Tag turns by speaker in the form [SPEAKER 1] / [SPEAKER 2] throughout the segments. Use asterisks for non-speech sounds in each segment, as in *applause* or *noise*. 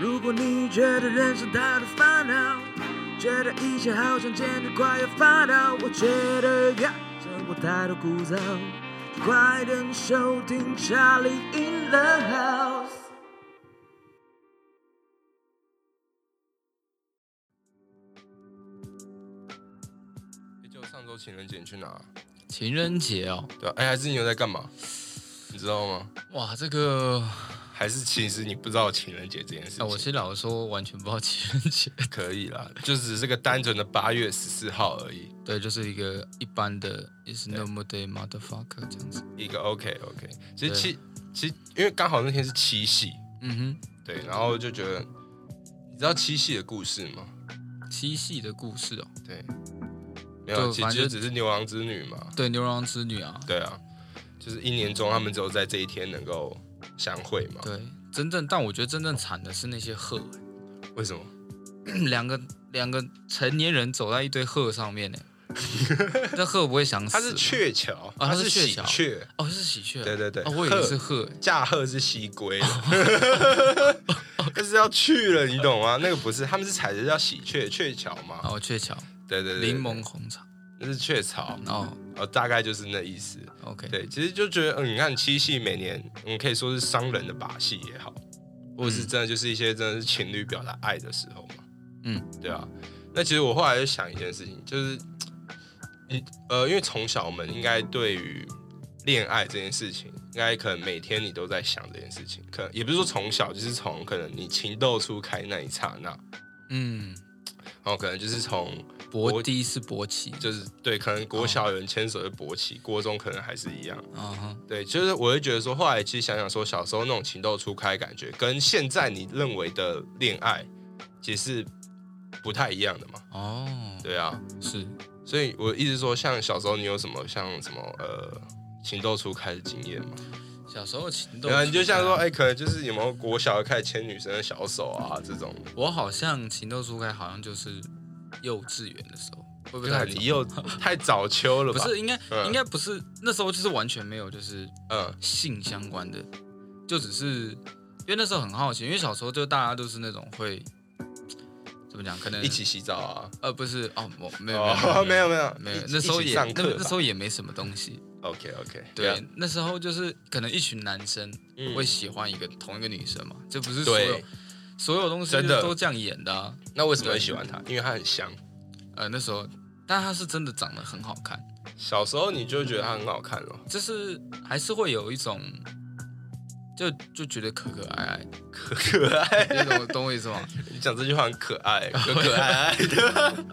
[SPEAKER 1] 如果你觉得人生太多烦恼，觉得一切好像简直快要发抖，我觉得呀，生活太多枯燥，快点收听《Charlie in the House》。
[SPEAKER 2] 哎就上周情人节你去哪？啊
[SPEAKER 3] 情人节哦，
[SPEAKER 2] 对啊，哎、还是你有在干嘛？你知道吗？
[SPEAKER 3] 哇，这个
[SPEAKER 2] 还是其实你不知道情人节这件事
[SPEAKER 3] 啊，我
[SPEAKER 2] 情？
[SPEAKER 3] 其实老实说，完全不知道情人节。
[SPEAKER 2] 可以啦，就只是个单纯的八月十四号而已。
[SPEAKER 3] 对，就是一个一般的，is no more day motherfucker 这样子。
[SPEAKER 2] 一个 OK OK，其实
[SPEAKER 3] 对
[SPEAKER 2] 七其实因为刚好那天是七夕，
[SPEAKER 3] 嗯
[SPEAKER 2] 对，然后就觉得你知道七夕的故事吗？
[SPEAKER 3] 哼，七夕的故事哦，
[SPEAKER 2] 对，没有，啊
[SPEAKER 3] 就
[SPEAKER 2] 其
[SPEAKER 3] 反
[SPEAKER 2] 实
[SPEAKER 3] 正
[SPEAKER 2] 就只是牛郎织女嘛。
[SPEAKER 3] 对，牛郎织女啊，
[SPEAKER 2] 对啊，就是一年中他们只有在这一天能够相会嘛。
[SPEAKER 3] 对，真正，但我觉得真正惨的是那些鹤，
[SPEAKER 2] 为什么？
[SPEAKER 3] *clears throat* 两个两个成年人走在一堆鹤上面
[SPEAKER 2] *laughs*
[SPEAKER 3] 呢，那鹤不会想死？哦
[SPEAKER 2] 它是鹊桥，
[SPEAKER 3] 它是鹊
[SPEAKER 2] 喜
[SPEAKER 3] 桥
[SPEAKER 2] 鹊。
[SPEAKER 3] 哦，是喜鹊啊，
[SPEAKER 2] 对对对
[SPEAKER 3] 哦我以为
[SPEAKER 2] 鹤
[SPEAKER 3] 是鹤，
[SPEAKER 2] 驾鹤是西归了，
[SPEAKER 3] *laughs*
[SPEAKER 2] 就是要去了，你懂吗？那个不是，他们是采的叫喜鹊鹊桥嘛？
[SPEAKER 3] 哦，鹊桥，
[SPEAKER 2] 对对对，
[SPEAKER 3] 柠檬红茶，
[SPEAKER 2] 那是雀巢，
[SPEAKER 3] 哦
[SPEAKER 2] 哦，大概就是那意思。
[SPEAKER 3] ，OK，
[SPEAKER 2] 对，其实就觉得，嗯，你看七夕每年，嗯，可以说是商人的把戏也好，或者是真的就是一些真的是情侣表达爱的时候嘛。
[SPEAKER 3] 嗯，
[SPEAKER 2] 对啊。那其实我后来就想一件事情，就是，你呃，因为从小我们应该对于恋爱这件事情，应该可能每天你都在想这件事情，可能也不是说从小，就是从可能你情窦初开那一刹那，
[SPEAKER 3] 嗯，
[SPEAKER 2] 然后可能就是从
[SPEAKER 3] 勃
[SPEAKER 2] 勃
[SPEAKER 3] 第一是勃起，
[SPEAKER 2] 就是对，可能国小有人牵手就勃起，国中可能还是一样。
[SPEAKER 3] 啊哈，
[SPEAKER 2] 对，就是我会觉得说，后来其实想想说，小时候那种情窦初开感觉，跟现在你认为的恋爱，其实是不太一样的嘛。
[SPEAKER 3] 哦，
[SPEAKER 2] 对啊，
[SPEAKER 3] 是，
[SPEAKER 2] 所以我一直说，像小时候你有什么像什么呃情窦初开的经验吗？
[SPEAKER 3] 小时候情窦
[SPEAKER 2] 对啊，你就像说，
[SPEAKER 3] 初开
[SPEAKER 2] 哎、可能就是有没有国小开始牵女生的小手啊这种，
[SPEAKER 3] 我好像情窦初开，好像就是幼稚园的时候，会不会
[SPEAKER 2] 对啊，
[SPEAKER 3] 太
[SPEAKER 2] 你
[SPEAKER 3] 早？ *laughs*
[SPEAKER 2] 又太早秋了
[SPEAKER 3] 不
[SPEAKER 2] 吧？
[SPEAKER 3] 是，，应该、
[SPEAKER 2] 嗯
[SPEAKER 3] 应该不是，那时候就是完全没有就是
[SPEAKER 2] 嗯，
[SPEAKER 3] 性相关的，就只是因为那时候很好奇，因为小时候就大家都是那种会怎么讲，可能
[SPEAKER 2] 一起洗澡啊？
[SPEAKER 3] 呃不是哦，我没有
[SPEAKER 2] 哦，没
[SPEAKER 3] 没
[SPEAKER 2] 有
[SPEAKER 3] 有
[SPEAKER 2] *laughs* 没
[SPEAKER 3] 没有，
[SPEAKER 2] 有一起
[SPEAKER 3] 那时候
[SPEAKER 2] 一起
[SPEAKER 3] 也
[SPEAKER 2] 上
[SPEAKER 3] 那
[SPEAKER 2] 课吧
[SPEAKER 3] 那时候也没什么东西，
[SPEAKER 2] OK OK，
[SPEAKER 3] 对，那时候就是可能一群男生
[SPEAKER 2] 嗯
[SPEAKER 3] 会喜欢一个、同一个女生嘛，这不是所有
[SPEAKER 2] 对，
[SPEAKER 3] 所有东西
[SPEAKER 2] 真的
[SPEAKER 3] 都这样演的、啊。
[SPEAKER 2] 那为什么会喜欢她？因为她很香。
[SPEAKER 3] 呃，那时候，但她是真的长得很好看，
[SPEAKER 2] 小时候你就觉得它很好看哦咯，
[SPEAKER 3] 就是还是会有一种，就就觉得可可爱
[SPEAKER 2] *laughs*
[SPEAKER 3] *laughs*
[SPEAKER 2] 可可爱。
[SPEAKER 3] 爱，你懂懂我意思吗？
[SPEAKER 2] 你讲这句话很可 *laughs* 爱，可可爱爱的。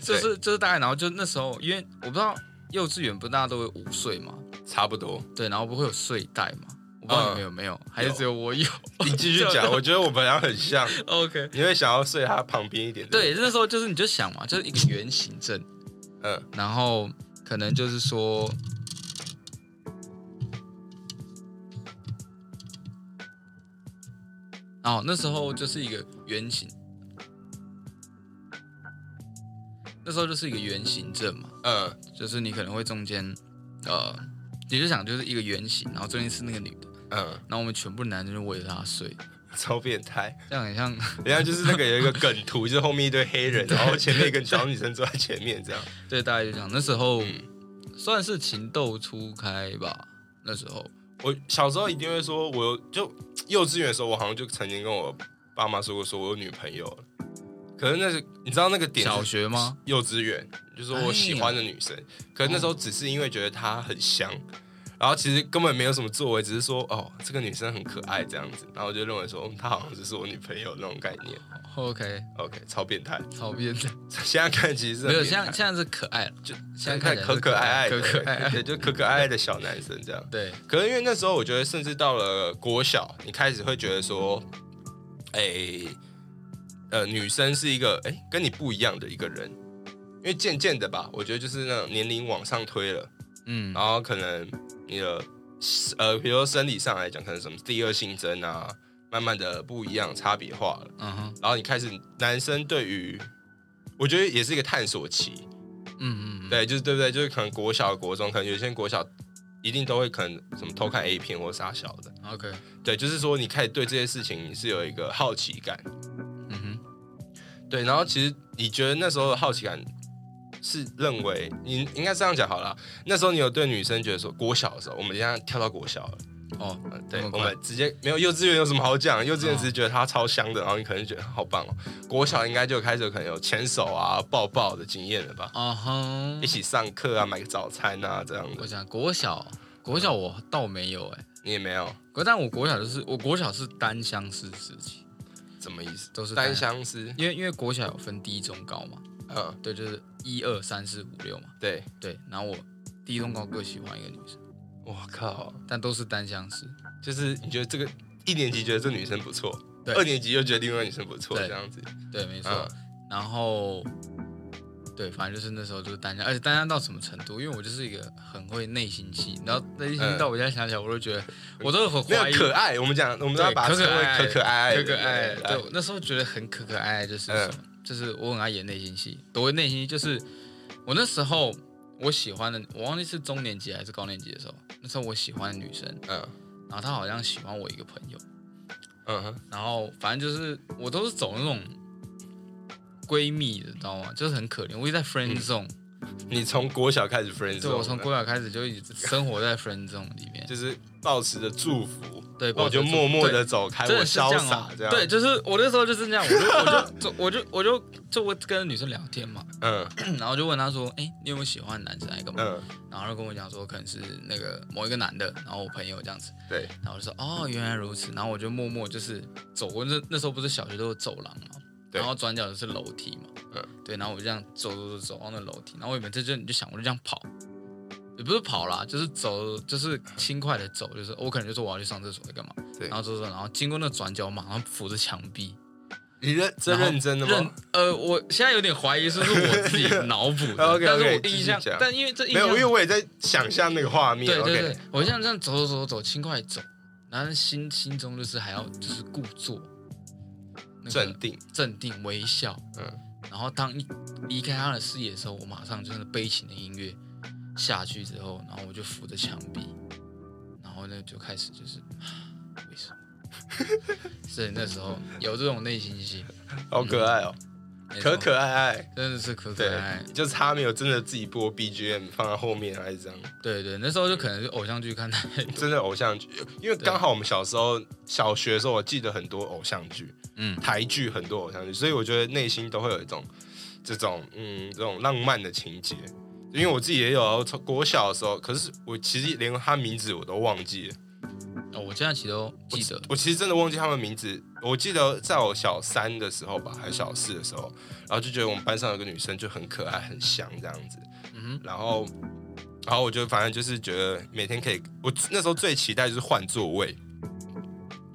[SPEAKER 3] 就是就是大概，然后就那时候，因为我不知道幼稚园不大家都会午睡嘛，
[SPEAKER 2] *laughs* 差不多，
[SPEAKER 3] 对，然后不会有睡袋嘛，我不知道你们有没有，还是只嗯有我有
[SPEAKER 2] 你继续 *laughs* 讲。我觉得我们俩很像，
[SPEAKER 3] ？OK，
[SPEAKER 2] 你会想要睡他旁边一点。
[SPEAKER 3] 对，那时候就是你就想嘛，就是一个圆形阵。
[SPEAKER 2] 不对，嗯，
[SPEAKER 3] 然后可能就是说，哦，那时候就是一个圆形，那时候就是一个圆形阵嘛，
[SPEAKER 2] 嗯
[SPEAKER 3] 就是你可能会中间，呃，你就想就是一个圆形，然后中间是那个女的，
[SPEAKER 2] 嗯，
[SPEAKER 3] 然后我们全部男生就围着她睡，
[SPEAKER 2] 超变态。
[SPEAKER 3] 这样很像，
[SPEAKER 2] 人家就是那个有一个梗图，就是后面一堆黑 *laughs* 人，然后前面一个小女生坐在前面这样。
[SPEAKER 3] 对，大概就这样。那时候、算是情窦初开吧，那时候，
[SPEAKER 2] 我小时候一定会说，我有就幼稚园的时候，我好像就曾经跟我爸妈说过，说我有女朋友了。可是那是你知道那个点是
[SPEAKER 3] 小学吗？
[SPEAKER 2] 幼稚园，就是
[SPEAKER 3] 哎
[SPEAKER 2] 我喜欢的女生，可是那时候只是因为觉得她很香，
[SPEAKER 3] 嗯
[SPEAKER 2] 然后其实根本没有什么作为，只是说哦这个女生很可爱这样子，然后我就认为说、嗯她好像就是我女朋友那种概念。
[SPEAKER 3] OK，
[SPEAKER 2] OK，超变态， *laughs*
[SPEAKER 3] 超变态，
[SPEAKER 2] 现在看其实是
[SPEAKER 3] 嗯没有，
[SPEAKER 2] 很变
[SPEAKER 3] 现
[SPEAKER 2] 态
[SPEAKER 3] 在现在是可爱了，
[SPEAKER 2] 就
[SPEAKER 3] 现在
[SPEAKER 2] 看
[SPEAKER 3] 看起来
[SPEAKER 2] 可
[SPEAKER 3] 是
[SPEAKER 2] 可爱爱的，
[SPEAKER 3] 可可爱爱
[SPEAKER 2] *laughs* 对，就可可爱爱的小男生这样。
[SPEAKER 3] 对，
[SPEAKER 2] 可是因为那时候我觉得，甚至到了国小，你开始会觉得说，哎、呃，女生是一个哎、跟你不一样的一个人，因为渐渐的吧，我觉得就是那种年龄往上推了，
[SPEAKER 3] 嗯，
[SPEAKER 2] 然后可能你的呃，比如说生理上来讲，可能什么第二性征啊，慢慢的不一样，差别化了，
[SPEAKER 3] 嗯哼，
[SPEAKER 2] 然后你开始男生对于，我觉得也是一个探索期，
[SPEAKER 3] 嗯嗯，嗯，
[SPEAKER 2] 对，就是对不对？就是可能国小、国中，可能有些人国小一定都会可能什么偷看 A 片或傻小的，
[SPEAKER 3] OK，
[SPEAKER 2] 对，就是说你开始对这些事情你是有一个好奇感，
[SPEAKER 3] 嗯哼，
[SPEAKER 2] 对，然后其实你觉得那时候的好奇感是认为你应该这样讲好了，那时候你有对女生觉得说国小的时候，我们现在跳到国小了，
[SPEAKER 3] 哦，
[SPEAKER 2] 呃对，
[SPEAKER 3] 那么
[SPEAKER 2] 我
[SPEAKER 3] 快嗯
[SPEAKER 2] 们直接没有幼稚园有什么好讲，幼稚园只是觉得它超香的，然后你可能就觉得好棒哦，国小应该就开始有可能有牵手啊、抱抱的经验了吧，
[SPEAKER 3] 啊哈
[SPEAKER 2] 一，起上课啊、买个早餐啊这样
[SPEAKER 3] 我
[SPEAKER 2] 的，
[SPEAKER 3] 想国小，国小我倒没有哎、
[SPEAKER 2] 你也没有
[SPEAKER 3] 可但我国小就是我国小是单相思时期，
[SPEAKER 2] 什么意思？
[SPEAKER 3] 都是
[SPEAKER 2] 单，相思，
[SPEAKER 3] 因为因为国小有分低中高嘛，
[SPEAKER 2] 嗯，
[SPEAKER 3] 对，就是一二三四五六嘛，
[SPEAKER 2] 对，
[SPEAKER 3] 对，然后我低中高各喜欢一个女生，
[SPEAKER 2] 我靠，
[SPEAKER 3] 但都是单相思，
[SPEAKER 2] 就是你觉得这个一年级觉得这女生不错，
[SPEAKER 3] 对
[SPEAKER 2] 二年级又觉得另外一个女生不错，
[SPEAKER 3] 对
[SPEAKER 2] 这样子，
[SPEAKER 3] 对，没错，
[SPEAKER 2] 嗯
[SPEAKER 3] 然后。对，反正就是那时候就是单相，而且单相到什么程度？因为我就是一个很会内心戏，然后内心戏
[SPEAKER 2] 嗯
[SPEAKER 3] 到我现在想起来，我都觉得我都很
[SPEAKER 2] 没
[SPEAKER 3] 怀疑
[SPEAKER 2] 有可爱，我们讲，我们都要
[SPEAKER 3] 对，
[SPEAKER 2] 把
[SPEAKER 3] 可
[SPEAKER 2] 它称
[SPEAKER 3] 可
[SPEAKER 2] 为
[SPEAKER 3] 爱
[SPEAKER 2] 可可爱爱的，嗯
[SPEAKER 3] 可可爱。对，
[SPEAKER 2] 对
[SPEAKER 3] 我那时候觉得很可可爱，就是什么就是我很爱演内心戏，所谓内心戏就是我那时候我喜欢的，我忘记是中年级还是高年级的时候，那时候我喜欢的女生，
[SPEAKER 2] 嗯
[SPEAKER 3] 然后她好像喜欢我一个朋友，
[SPEAKER 2] 嗯哼，
[SPEAKER 3] 然后反正就是我都是走那种闺蜜的，知道吗？就是很可怜，
[SPEAKER 2] 嗯
[SPEAKER 3] 我一直在 friend zone，、
[SPEAKER 2] 你从国小开始 friend
[SPEAKER 3] 对
[SPEAKER 2] zone
[SPEAKER 3] 我从国小开始就一直生活在 friend zone 里面，
[SPEAKER 2] 就是抱持着祝福，
[SPEAKER 3] 对，
[SPEAKER 2] 我
[SPEAKER 3] 抱着
[SPEAKER 2] 就默默
[SPEAKER 3] 对
[SPEAKER 2] 的走开，
[SPEAKER 3] 真
[SPEAKER 2] 我
[SPEAKER 3] 的是这
[SPEAKER 2] 潇
[SPEAKER 3] 样哦
[SPEAKER 2] 洒这样，
[SPEAKER 3] 对，，就是我那时候就是这样，
[SPEAKER 2] *laughs*
[SPEAKER 3] 我就我就我就我就就我跟女生聊天嘛，
[SPEAKER 2] 嗯
[SPEAKER 3] 然后就问她说，哎、你有没有喜欢的男生来干嘛？
[SPEAKER 2] 嗯，
[SPEAKER 3] 然后她就跟我讲说，可能是那个某一个男的，然后我朋友这样子，
[SPEAKER 2] 对，
[SPEAKER 3] 然后我就说，哦，原来如此，然后我就默默就是走过那那时候不是小学都有走廊嘛，
[SPEAKER 2] 对
[SPEAKER 3] 然后转角就是楼梯嘛，
[SPEAKER 2] 嗯
[SPEAKER 3] 对，然后我就这样走走走走到那楼梯，然后我每次就你就想我就这样跑。也不是跑啦，就是走，就是轻快的走，就是我可能就说我要去上厕所，干嘛？
[SPEAKER 2] 对
[SPEAKER 3] 然后走走，然后经过那转角，马上扶着墙壁，
[SPEAKER 2] 你认这
[SPEAKER 3] 然后
[SPEAKER 2] 认真的
[SPEAKER 3] 认
[SPEAKER 2] 吗？
[SPEAKER 3] 呃，我现在有点怀疑是不是我
[SPEAKER 2] *laughs*
[SPEAKER 3] 自己脑补的，
[SPEAKER 2] OK，OK，
[SPEAKER 3] 但是我
[SPEAKER 2] 继续
[SPEAKER 3] 印象
[SPEAKER 2] 讲，
[SPEAKER 3] 但因为这印
[SPEAKER 2] 没
[SPEAKER 3] 象
[SPEAKER 2] 有，因为我也在想象那个画面
[SPEAKER 3] 对对
[SPEAKER 2] ，OK，
[SPEAKER 3] 对，我像这样走走走走，轻快走，然后心心中就是还要就是故作那个
[SPEAKER 2] 镇定，
[SPEAKER 3] 镇定微笑，
[SPEAKER 2] 嗯，
[SPEAKER 3] 然后当一离开他的视野的时候，我马上就是悲情的音乐下去之后，然后我就扶着墙壁，然后呢就开始就是为什么？ *laughs* 所以那时候有这种内心戏，
[SPEAKER 2] 好可爱哦，
[SPEAKER 3] 嗯没错
[SPEAKER 2] 可可爱爱。
[SPEAKER 3] 真的是可可爱爱
[SPEAKER 2] 对，。就差没有真的自己播 BGM 放在后面还是这样，
[SPEAKER 3] 对对，那时候就可能是偶像剧看太多，
[SPEAKER 2] 真的偶像剧，因为刚好我们小时候小学的时候，我记得很多偶像剧，
[SPEAKER 3] 嗯，
[SPEAKER 2] 台剧很多偶像剧，所以我觉得内心都会有一种这种嗯这种浪漫的情节。因为我自己也有从国小的时候，可是我其实连他名字我都忘记了，
[SPEAKER 3] 哦，我现在其实都记得，
[SPEAKER 2] 我其实真的忘记他们名字。我记得在我小三的时候吧，还是小四的时候，然后就觉得我们班上有个女生就很可爱、很香这样子，
[SPEAKER 3] 嗯
[SPEAKER 2] 然后然后我就反正就是觉得每天可以，我那时候最期待就是换座位，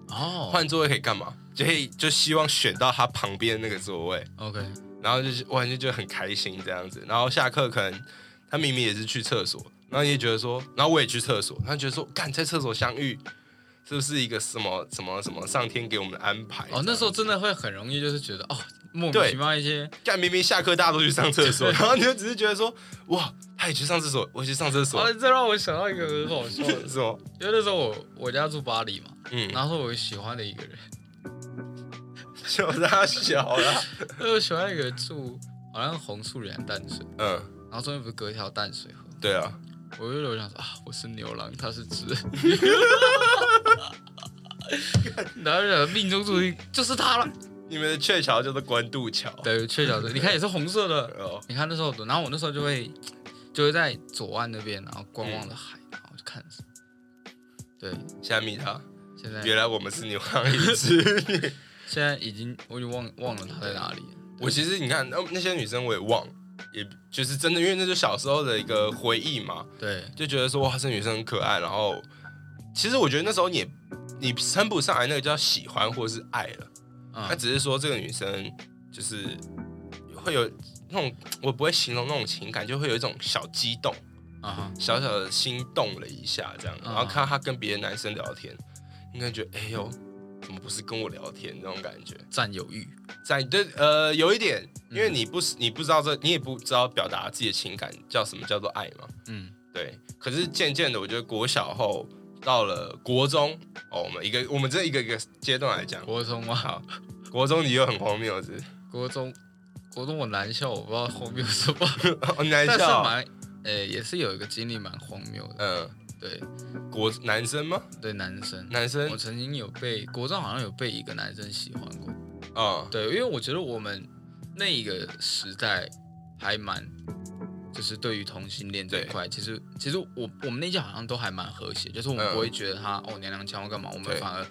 [SPEAKER 3] 哼，哦
[SPEAKER 2] 换座位可以干嘛？就可以就希望选到他旁边那个座位，
[SPEAKER 3] ，OK，哦
[SPEAKER 2] 然后就是完全就很开心这样子。然后下课可能他明明也是去厕所，然后也觉得说，然后我也去厕所，他觉得说，干在厕所相遇，是不是一个什么什么什么上天给我们的安排？
[SPEAKER 3] 哦，那时候真的会很容易就是觉得哦，莫名
[SPEAKER 2] 哎对
[SPEAKER 3] 其妙一些，
[SPEAKER 2] 干明明下课大家都去上
[SPEAKER 3] *laughs*
[SPEAKER 2] 厕所，然后你就只是觉得说，哇，他也去上厕所，我也去上厕所，
[SPEAKER 3] 哦，这让我想到一个很好笑的，
[SPEAKER 2] 是吗？
[SPEAKER 3] 因为那时候我我家住巴黎嘛，
[SPEAKER 2] 嗯，
[SPEAKER 3] 然后我有喜欢的一个人，
[SPEAKER 2] 就他小
[SPEAKER 3] *laughs*
[SPEAKER 2] 了，
[SPEAKER 3] 我喜欢一个人住好像红树林还是淡水，
[SPEAKER 2] 嗯，
[SPEAKER 3] 然后中间不是隔一条淡水河，
[SPEAKER 2] 对啊，
[SPEAKER 3] 我就有想说啊，我是牛郎，他是直。 *laughs* 然后就想命中注定就是他了，
[SPEAKER 2] 你们的鹊桥叫做关渡桥，
[SPEAKER 3] 对，确凿的，你看也是红色的，
[SPEAKER 2] 哦，
[SPEAKER 3] 你看那时候我多，然后我那时候就会就会在左岸那边，然后观望
[SPEAKER 2] 嗯
[SPEAKER 3] 着海，然后就看着。对，
[SPEAKER 2] 虾米他，
[SPEAKER 3] 现在
[SPEAKER 2] 原来我们是牛郎与织女。 *laughs*
[SPEAKER 3] 现在已经我已经忘忘了他在哪里了。
[SPEAKER 2] 我其实你看，那那些女生我也忘，也就是真的，因为那就是小时候的一个回忆嘛，
[SPEAKER 3] 对，
[SPEAKER 2] 就觉得说哇，这女生很可爱。然后，其实我觉得那时候你也你称不上来那个叫喜欢或是爱了，那
[SPEAKER 3] 嗯，
[SPEAKER 2] 只是说这个女生就是会有那种我不会形容那种情感，就会有一种小激动，
[SPEAKER 3] 啊哈，
[SPEAKER 2] 小小的心动了一下这样。
[SPEAKER 3] 嗯
[SPEAKER 2] 然后看到她跟别的男生聊天，应该觉得哎呦，怎么不是跟我聊天那种感觉。
[SPEAKER 3] 占有欲，
[SPEAKER 2] 在对呃有一点，因为
[SPEAKER 3] 嗯
[SPEAKER 2] 你不是你不知道这，你也不知道表达自己的情感叫什么叫做爱嘛，
[SPEAKER 3] 嗯，
[SPEAKER 2] 对，可是渐渐的，我觉得国小后到了国中，哦，我们一个我们这一个一个阶段来讲，
[SPEAKER 3] 国中嘛，
[SPEAKER 2] 好，国中你又很荒谬是 *laughs*
[SPEAKER 3] 国中，国中我难笑，我不知道荒谬
[SPEAKER 2] *laughs*
[SPEAKER 3] 什么，
[SPEAKER 2] 不是，哦，你还
[SPEAKER 3] 但是
[SPEAKER 2] 笑，
[SPEAKER 3] 蛮，呃，也是有一个经历蛮荒谬的。
[SPEAKER 2] 嗯，
[SPEAKER 3] 对
[SPEAKER 2] 国男生吗？
[SPEAKER 3] 对，男生，
[SPEAKER 2] 男生
[SPEAKER 3] 我，曾经有被国中好像有被一个男生喜欢过。
[SPEAKER 2] 哦，
[SPEAKER 3] 对，因为我觉得我们那一个时代还蛮，就是对于同性恋这一
[SPEAKER 2] 对
[SPEAKER 3] 块，其实其实我我们那届好像都还蛮和谐，就是我们
[SPEAKER 2] 嗯
[SPEAKER 3] 不会觉得他、哦娘娘腔或干嘛，我们
[SPEAKER 2] 对
[SPEAKER 3] 反而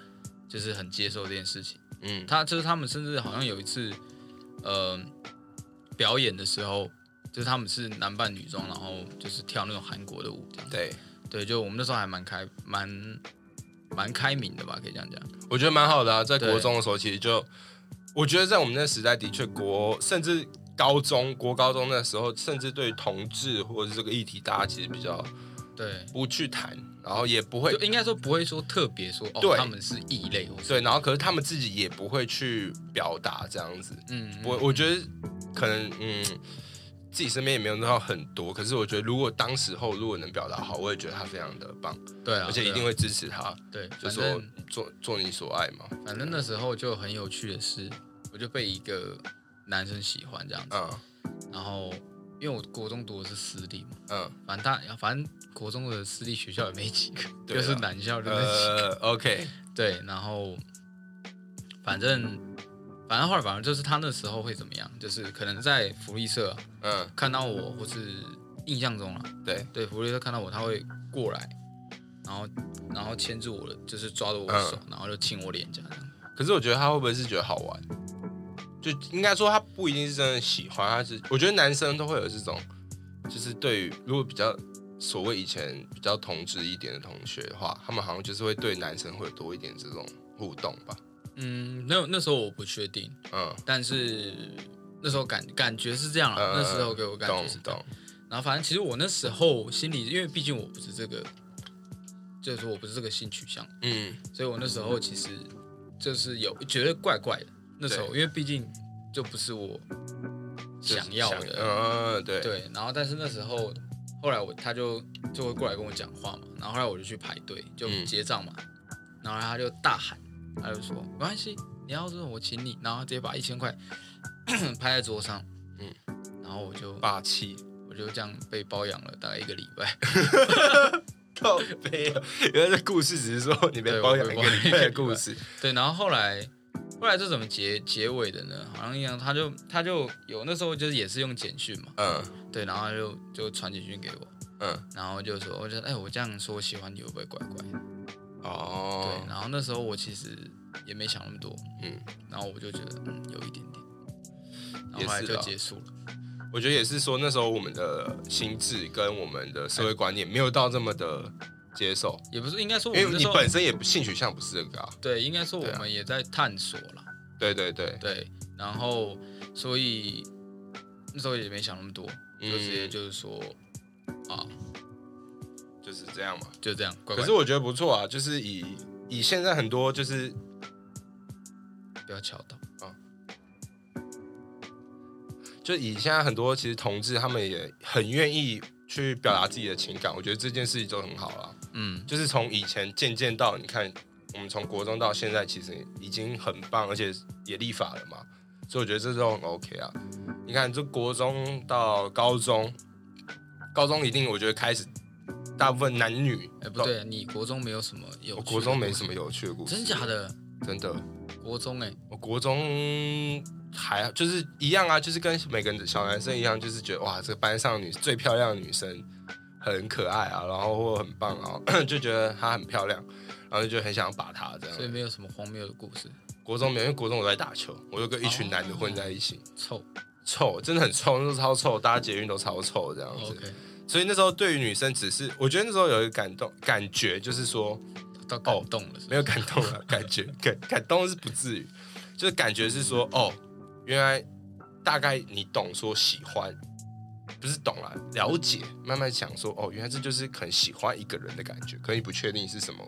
[SPEAKER 3] 就是很接受这件事情。
[SPEAKER 2] 嗯，
[SPEAKER 3] 他就是他们甚至好像有一次，呃，表演的时候，就是他们是男扮女装，然后就是跳那种韩国的舞这样。
[SPEAKER 2] 对，
[SPEAKER 3] 对，就我们那时候还蛮开蛮蛮开明的吧，可以这样讲。
[SPEAKER 2] 我觉得蛮好的啊，在
[SPEAKER 3] 对
[SPEAKER 2] 国中的时候，其实就我觉得在我们那时代的确国甚至高中国高中那时候，甚至对于同志或者是这个议题，大家其实比较
[SPEAKER 3] 对，
[SPEAKER 2] 不去谈，然后也不会
[SPEAKER 3] 就应该说不会说特别说哦
[SPEAKER 2] 对，
[SPEAKER 3] 他们是异类或是
[SPEAKER 2] 对，然后可是他们自己也不会去表达这样子。
[SPEAKER 3] 嗯，
[SPEAKER 2] 我
[SPEAKER 3] 嗯
[SPEAKER 2] 我觉得可能嗯，自己身边也没有弄到很多，可是我觉得如果当时候如果能表达好，我也觉得他非常的棒，
[SPEAKER 3] 对啊，
[SPEAKER 2] 而且一定
[SPEAKER 3] 会
[SPEAKER 2] 会支持他，
[SPEAKER 3] 对啊。对反
[SPEAKER 2] 就说
[SPEAKER 3] 正
[SPEAKER 2] 做做你所爱嘛。
[SPEAKER 3] 反正那时候就很有趣的是，我就被一个男生喜欢这样子，
[SPEAKER 2] 嗯
[SPEAKER 3] 然后因为我国中读的是私立嘛，
[SPEAKER 2] 嗯，
[SPEAKER 3] 反正大反正国中的私立学校也没几个，
[SPEAKER 2] *laughs* 对
[SPEAKER 3] 就
[SPEAKER 2] 啊
[SPEAKER 3] 是男校就那几个，
[SPEAKER 2] 呃，OK，
[SPEAKER 3] 对，然后反正反正后来反正就是他那时候会怎么样，就是可能在福利社
[SPEAKER 2] 嗯，
[SPEAKER 3] 看到我，或是印象中啊，
[SPEAKER 2] 对，
[SPEAKER 3] 对，福利社看到我，他会过来，然后然后牵住我的，就是抓着我的手，
[SPEAKER 2] 嗯
[SPEAKER 3] 然后就亲我脸颊这样。
[SPEAKER 2] 可是我觉得他会不会是觉得好玩？就应该说他不一定是真的喜欢，他是我觉得男生都会有这种，就是对于如果比较所谓以前比较同志一点的同学的话，他们好像就是会对男生会有多一点这种互动吧。
[SPEAKER 3] 嗯，那那时候我不确定，
[SPEAKER 2] 嗯，
[SPEAKER 3] 但是那时候感感觉是这样了、
[SPEAKER 2] 呃
[SPEAKER 3] 那时候给我感觉
[SPEAKER 2] 懂
[SPEAKER 3] 是这样。
[SPEAKER 2] 懂，
[SPEAKER 3] 然后反正其实我那时候心里，因为毕竟我不是这个，就是我不是这个性取向，
[SPEAKER 2] 嗯，
[SPEAKER 3] 所以我那时候其实就是有觉得怪怪的。那时候因为毕竟就不是我
[SPEAKER 2] 就是
[SPEAKER 3] 想要的，
[SPEAKER 2] 嗯，对，
[SPEAKER 3] 对，然后但是那时候，后来我他就就会过来跟我讲话嘛，然后后来我就去排队就
[SPEAKER 2] 嗯
[SPEAKER 3] 结账嘛，然后他就大喊，他就说没关系，你要这种我请你，然后直接把一千块 *coughs* 拍在桌上，嗯
[SPEAKER 2] 嗯，
[SPEAKER 3] 然后我就
[SPEAKER 2] 霸气，
[SPEAKER 3] 我就这样被包养了大概一个礼拜， *laughs*
[SPEAKER 2] 靠背啊，原来这故事只是说你被
[SPEAKER 3] 对
[SPEAKER 2] 包
[SPEAKER 3] 我
[SPEAKER 2] 养
[SPEAKER 3] 被
[SPEAKER 2] 一
[SPEAKER 3] 包
[SPEAKER 2] 个
[SPEAKER 3] 养
[SPEAKER 2] 礼
[SPEAKER 3] 一个
[SPEAKER 2] 拜的
[SPEAKER 3] 礼
[SPEAKER 2] 故
[SPEAKER 3] 拜
[SPEAKER 2] 事，
[SPEAKER 3] 对，然后后来后来这怎么结结尾的呢？好像一样，他就他就有那时候就是也是用简讯嘛，
[SPEAKER 2] 嗯
[SPEAKER 3] 对，然后他就就传简讯给我，
[SPEAKER 2] 嗯，
[SPEAKER 3] 然后就说我就说哎、我这样说喜欢你会不会怪怪的？对，
[SPEAKER 2] 哦，
[SPEAKER 3] 然后那时候我其实也没想那么多，
[SPEAKER 2] 嗯。
[SPEAKER 3] 然后我就觉得嗯有一点点，然后
[SPEAKER 2] 也
[SPEAKER 3] 后来
[SPEAKER 2] 是
[SPEAKER 3] 就
[SPEAKER 2] 啦
[SPEAKER 3] 结束了。
[SPEAKER 2] 我觉得也是说，那时候我们的心智跟我们的社会观念没有到这么的接受，
[SPEAKER 3] 也不是应该说我
[SPEAKER 2] 因
[SPEAKER 3] 们
[SPEAKER 2] 为
[SPEAKER 3] 那
[SPEAKER 2] 你
[SPEAKER 3] 时候
[SPEAKER 2] 本身也不性取向不是这个啊。
[SPEAKER 3] 对，应该说
[SPEAKER 2] 对
[SPEAKER 3] 我
[SPEAKER 2] 啊
[SPEAKER 3] 们也在探索啦，
[SPEAKER 2] 对对对，
[SPEAKER 3] 对，然后所以那时候也没想那么多，就直接
[SPEAKER 2] 嗯
[SPEAKER 3] 就是说啊
[SPEAKER 2] 就是这样嘛。
[SPEAKER 3] 就这样，乖
[SPEAKER 2] 可
[SPEAKER 3] 乖
[SPEAKER 2] 是我觉得不错啊，就是以以现在很多就是
[SPEAKER 3] 不要敲到，
[SPEAKER 2] 就以现在很多其实同志他们也很愿意去表达自己的情感，我觉得这件事情就很好啊了。
[SPEAKER 3] 嗯，
[SPEAKER 2] 就是从以前渐渐到你看，我们从国中到现在，其实已经很棒，而且也立法了嘛，所以我觉得这都很 OK 啊。你看，这国中到高中，高中一定我觉得开始大部分男女，
[SPEAKER 3] 哎、不，对，你国中没有什么有
[SPEAKER 2] 我
[SPEAKER 3] 趣的
[SPEAKER 2] 国中没
[SPEAKER 3] 故事
[SPEAKER 2] 什么，有趣的故事，
[SPEAKER 3] 真假？的
[SPEAKER 2] 真的，
[SPEAKER 3] 国中哎、
[SPEAKER 2] 我国中还就是一样啊，就是跟每个小男生一样，就是觉得哇，这个班上女最漂亮的女生很可爱啊，然后或很棒啊， *clears throat* 然后就觉得她很漂亮，然后就觉得很想把她这
[SPEAKER 3] 所以
[SPEAKER 2] 样。
[SPEAKER 3] 没有什么荒谬的故事，
[SPEAKER 2] 国中没有，因为国中我在打球，我就跟一群男的混在一起，
[SPEAKER 3] 臭
[SPEAKER 2] 臭，真的很臭，那时候超臭，大家捷运都超臭这样子。
[SPEAKER 3] 哦 OK，
[SPEAKER 2] 所以那时候对于女生，只是我觉得那时候有一个感动感觉，就是说
[SPEAKER 3] 到
[SPEAKER 2] 哦
[SPEAKER 3] 感动了是不
[SPEAKER 2] 没
[SPEAKER 3] 是
[SPEAKER 2] 有感动了，感觉感感动是不至于，就是感觉是说哦，原来大概你懂说喜欢，不是懂啦，了解，慢慢想说哦，原来这就是很喜欢一个人的感觉，可你不确定是什么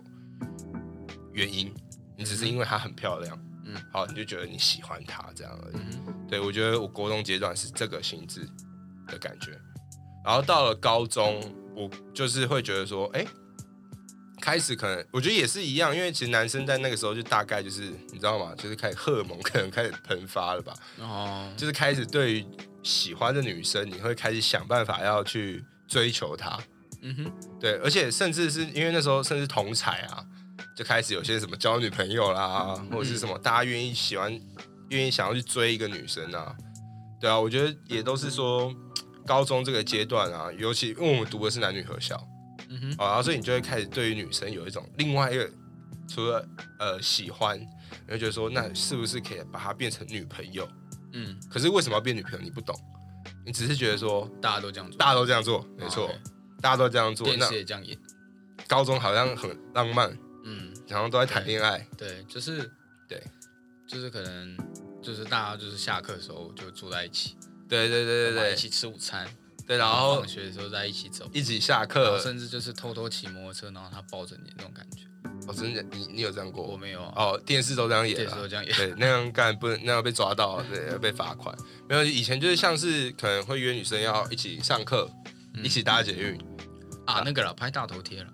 [SPEAKER 2] 原因，你只是因为她很漂亮，
[SPEAKER 3] 嗯
[SPEAKER 2] 嗯，好，你就觉得你喜欢她这样而已。
[SPEAKER 3] 嗯哼
[SPEAKER 2] 对我觉得我国中阶段是这个心智的感觉，然后到了高中，我就是会觉得说，哎、开始可能我觉得也是一样，因为其实男生在那个时候就大概就是你知道吗？就是开始荷尔蒙可能开始喷发了吧，
[SPEAKER 3] 哦，
[SPEAKER 2] 就是开始对于喜欢的女生，你会开始想办法要去追求她。
[SPEAKER 3] 嗯哼，
[SPEAKER 2] 对，而且甚至是因为那时候甚至同彩啊，就开始有些什么交女朋友啦，或者是什么大家愿意喜欢、愿意想要去追一个女生啊，对啊，我觉得也都是说高中这个阶段啊，尤其因为我们读的是男女合校
[SPEAKER 3] 嗯哼，
[SPEAKER 2] 啊，然后所以你就会开始对于女生有一种另外一个除了呃喜欢，你会觉得说那是不是可以把她变成女朋友？
[SPEAKER 3] 嗯，
[SPEAKER 2] 可是为什么要变女朋友？你不懂，你只是觉得说
[SPEAKER 3] 大家都这样做，
[SPEAKER 2] 大家都这样做，没错，
[SPEAKER 3] OK
[SPEAKER 2] 大家都这样做，
[SPEAKER 3] 电
[SPEAKER 2] 那
[SPEAKER 3] 视也这样演，
[SPEAKER 2] 高中好像很浪漫。
[SPEAKER 3] 嗯，
[SPEAKER 2] 然后都在谈恋爱，
[SPEAKER 3] 对，就是
[SPEAKER 2] 对，
[SPEAKER 3] 就是可能就是大家就是下课的时候就住在一起，
[SPEAKER 2] 对对对
[SPEAKER 3] 然后
[SPEAKER 2] 对
[SPEAKER 3] 一
[SPEAKER 2] 对
[SPEAKER 3] 起吃午餐，
[SPEAKER 2] 对，然后
[SPEAKER 3] 放学的时候在一起走，
[SPEAKER 2] 一起下
[SPEAKER 3] 然后
[SPEAKER 2] 课，
[SPEAKER 3] 甚至就是偷偷骑摩托车，然后他抱着你那种感觉，
[SPEAKER 2] 我哦真的，你你有这样
[SPEAKER 3] 我
[SPEAKER 2] 过？
[SPEAKER 3] 没有啊，
[SPEAKER 2] 哦，电视都这样演
[SPEAKER 3] 这时
[SPEAKER 2] 啊
[SPEAKER 3] 候，这样演，
[SPEAKER 2] 对，那样干不能，那样被抓到， *laughs* 对，要被罚款。没有，以前就是像是可能会约女生要一起上课，
[SPEAKER 3] 嗯
[SPEAKER 2] 一起搭捷运，
[SPEAKER 3] 啊那个了，拍大头贴了，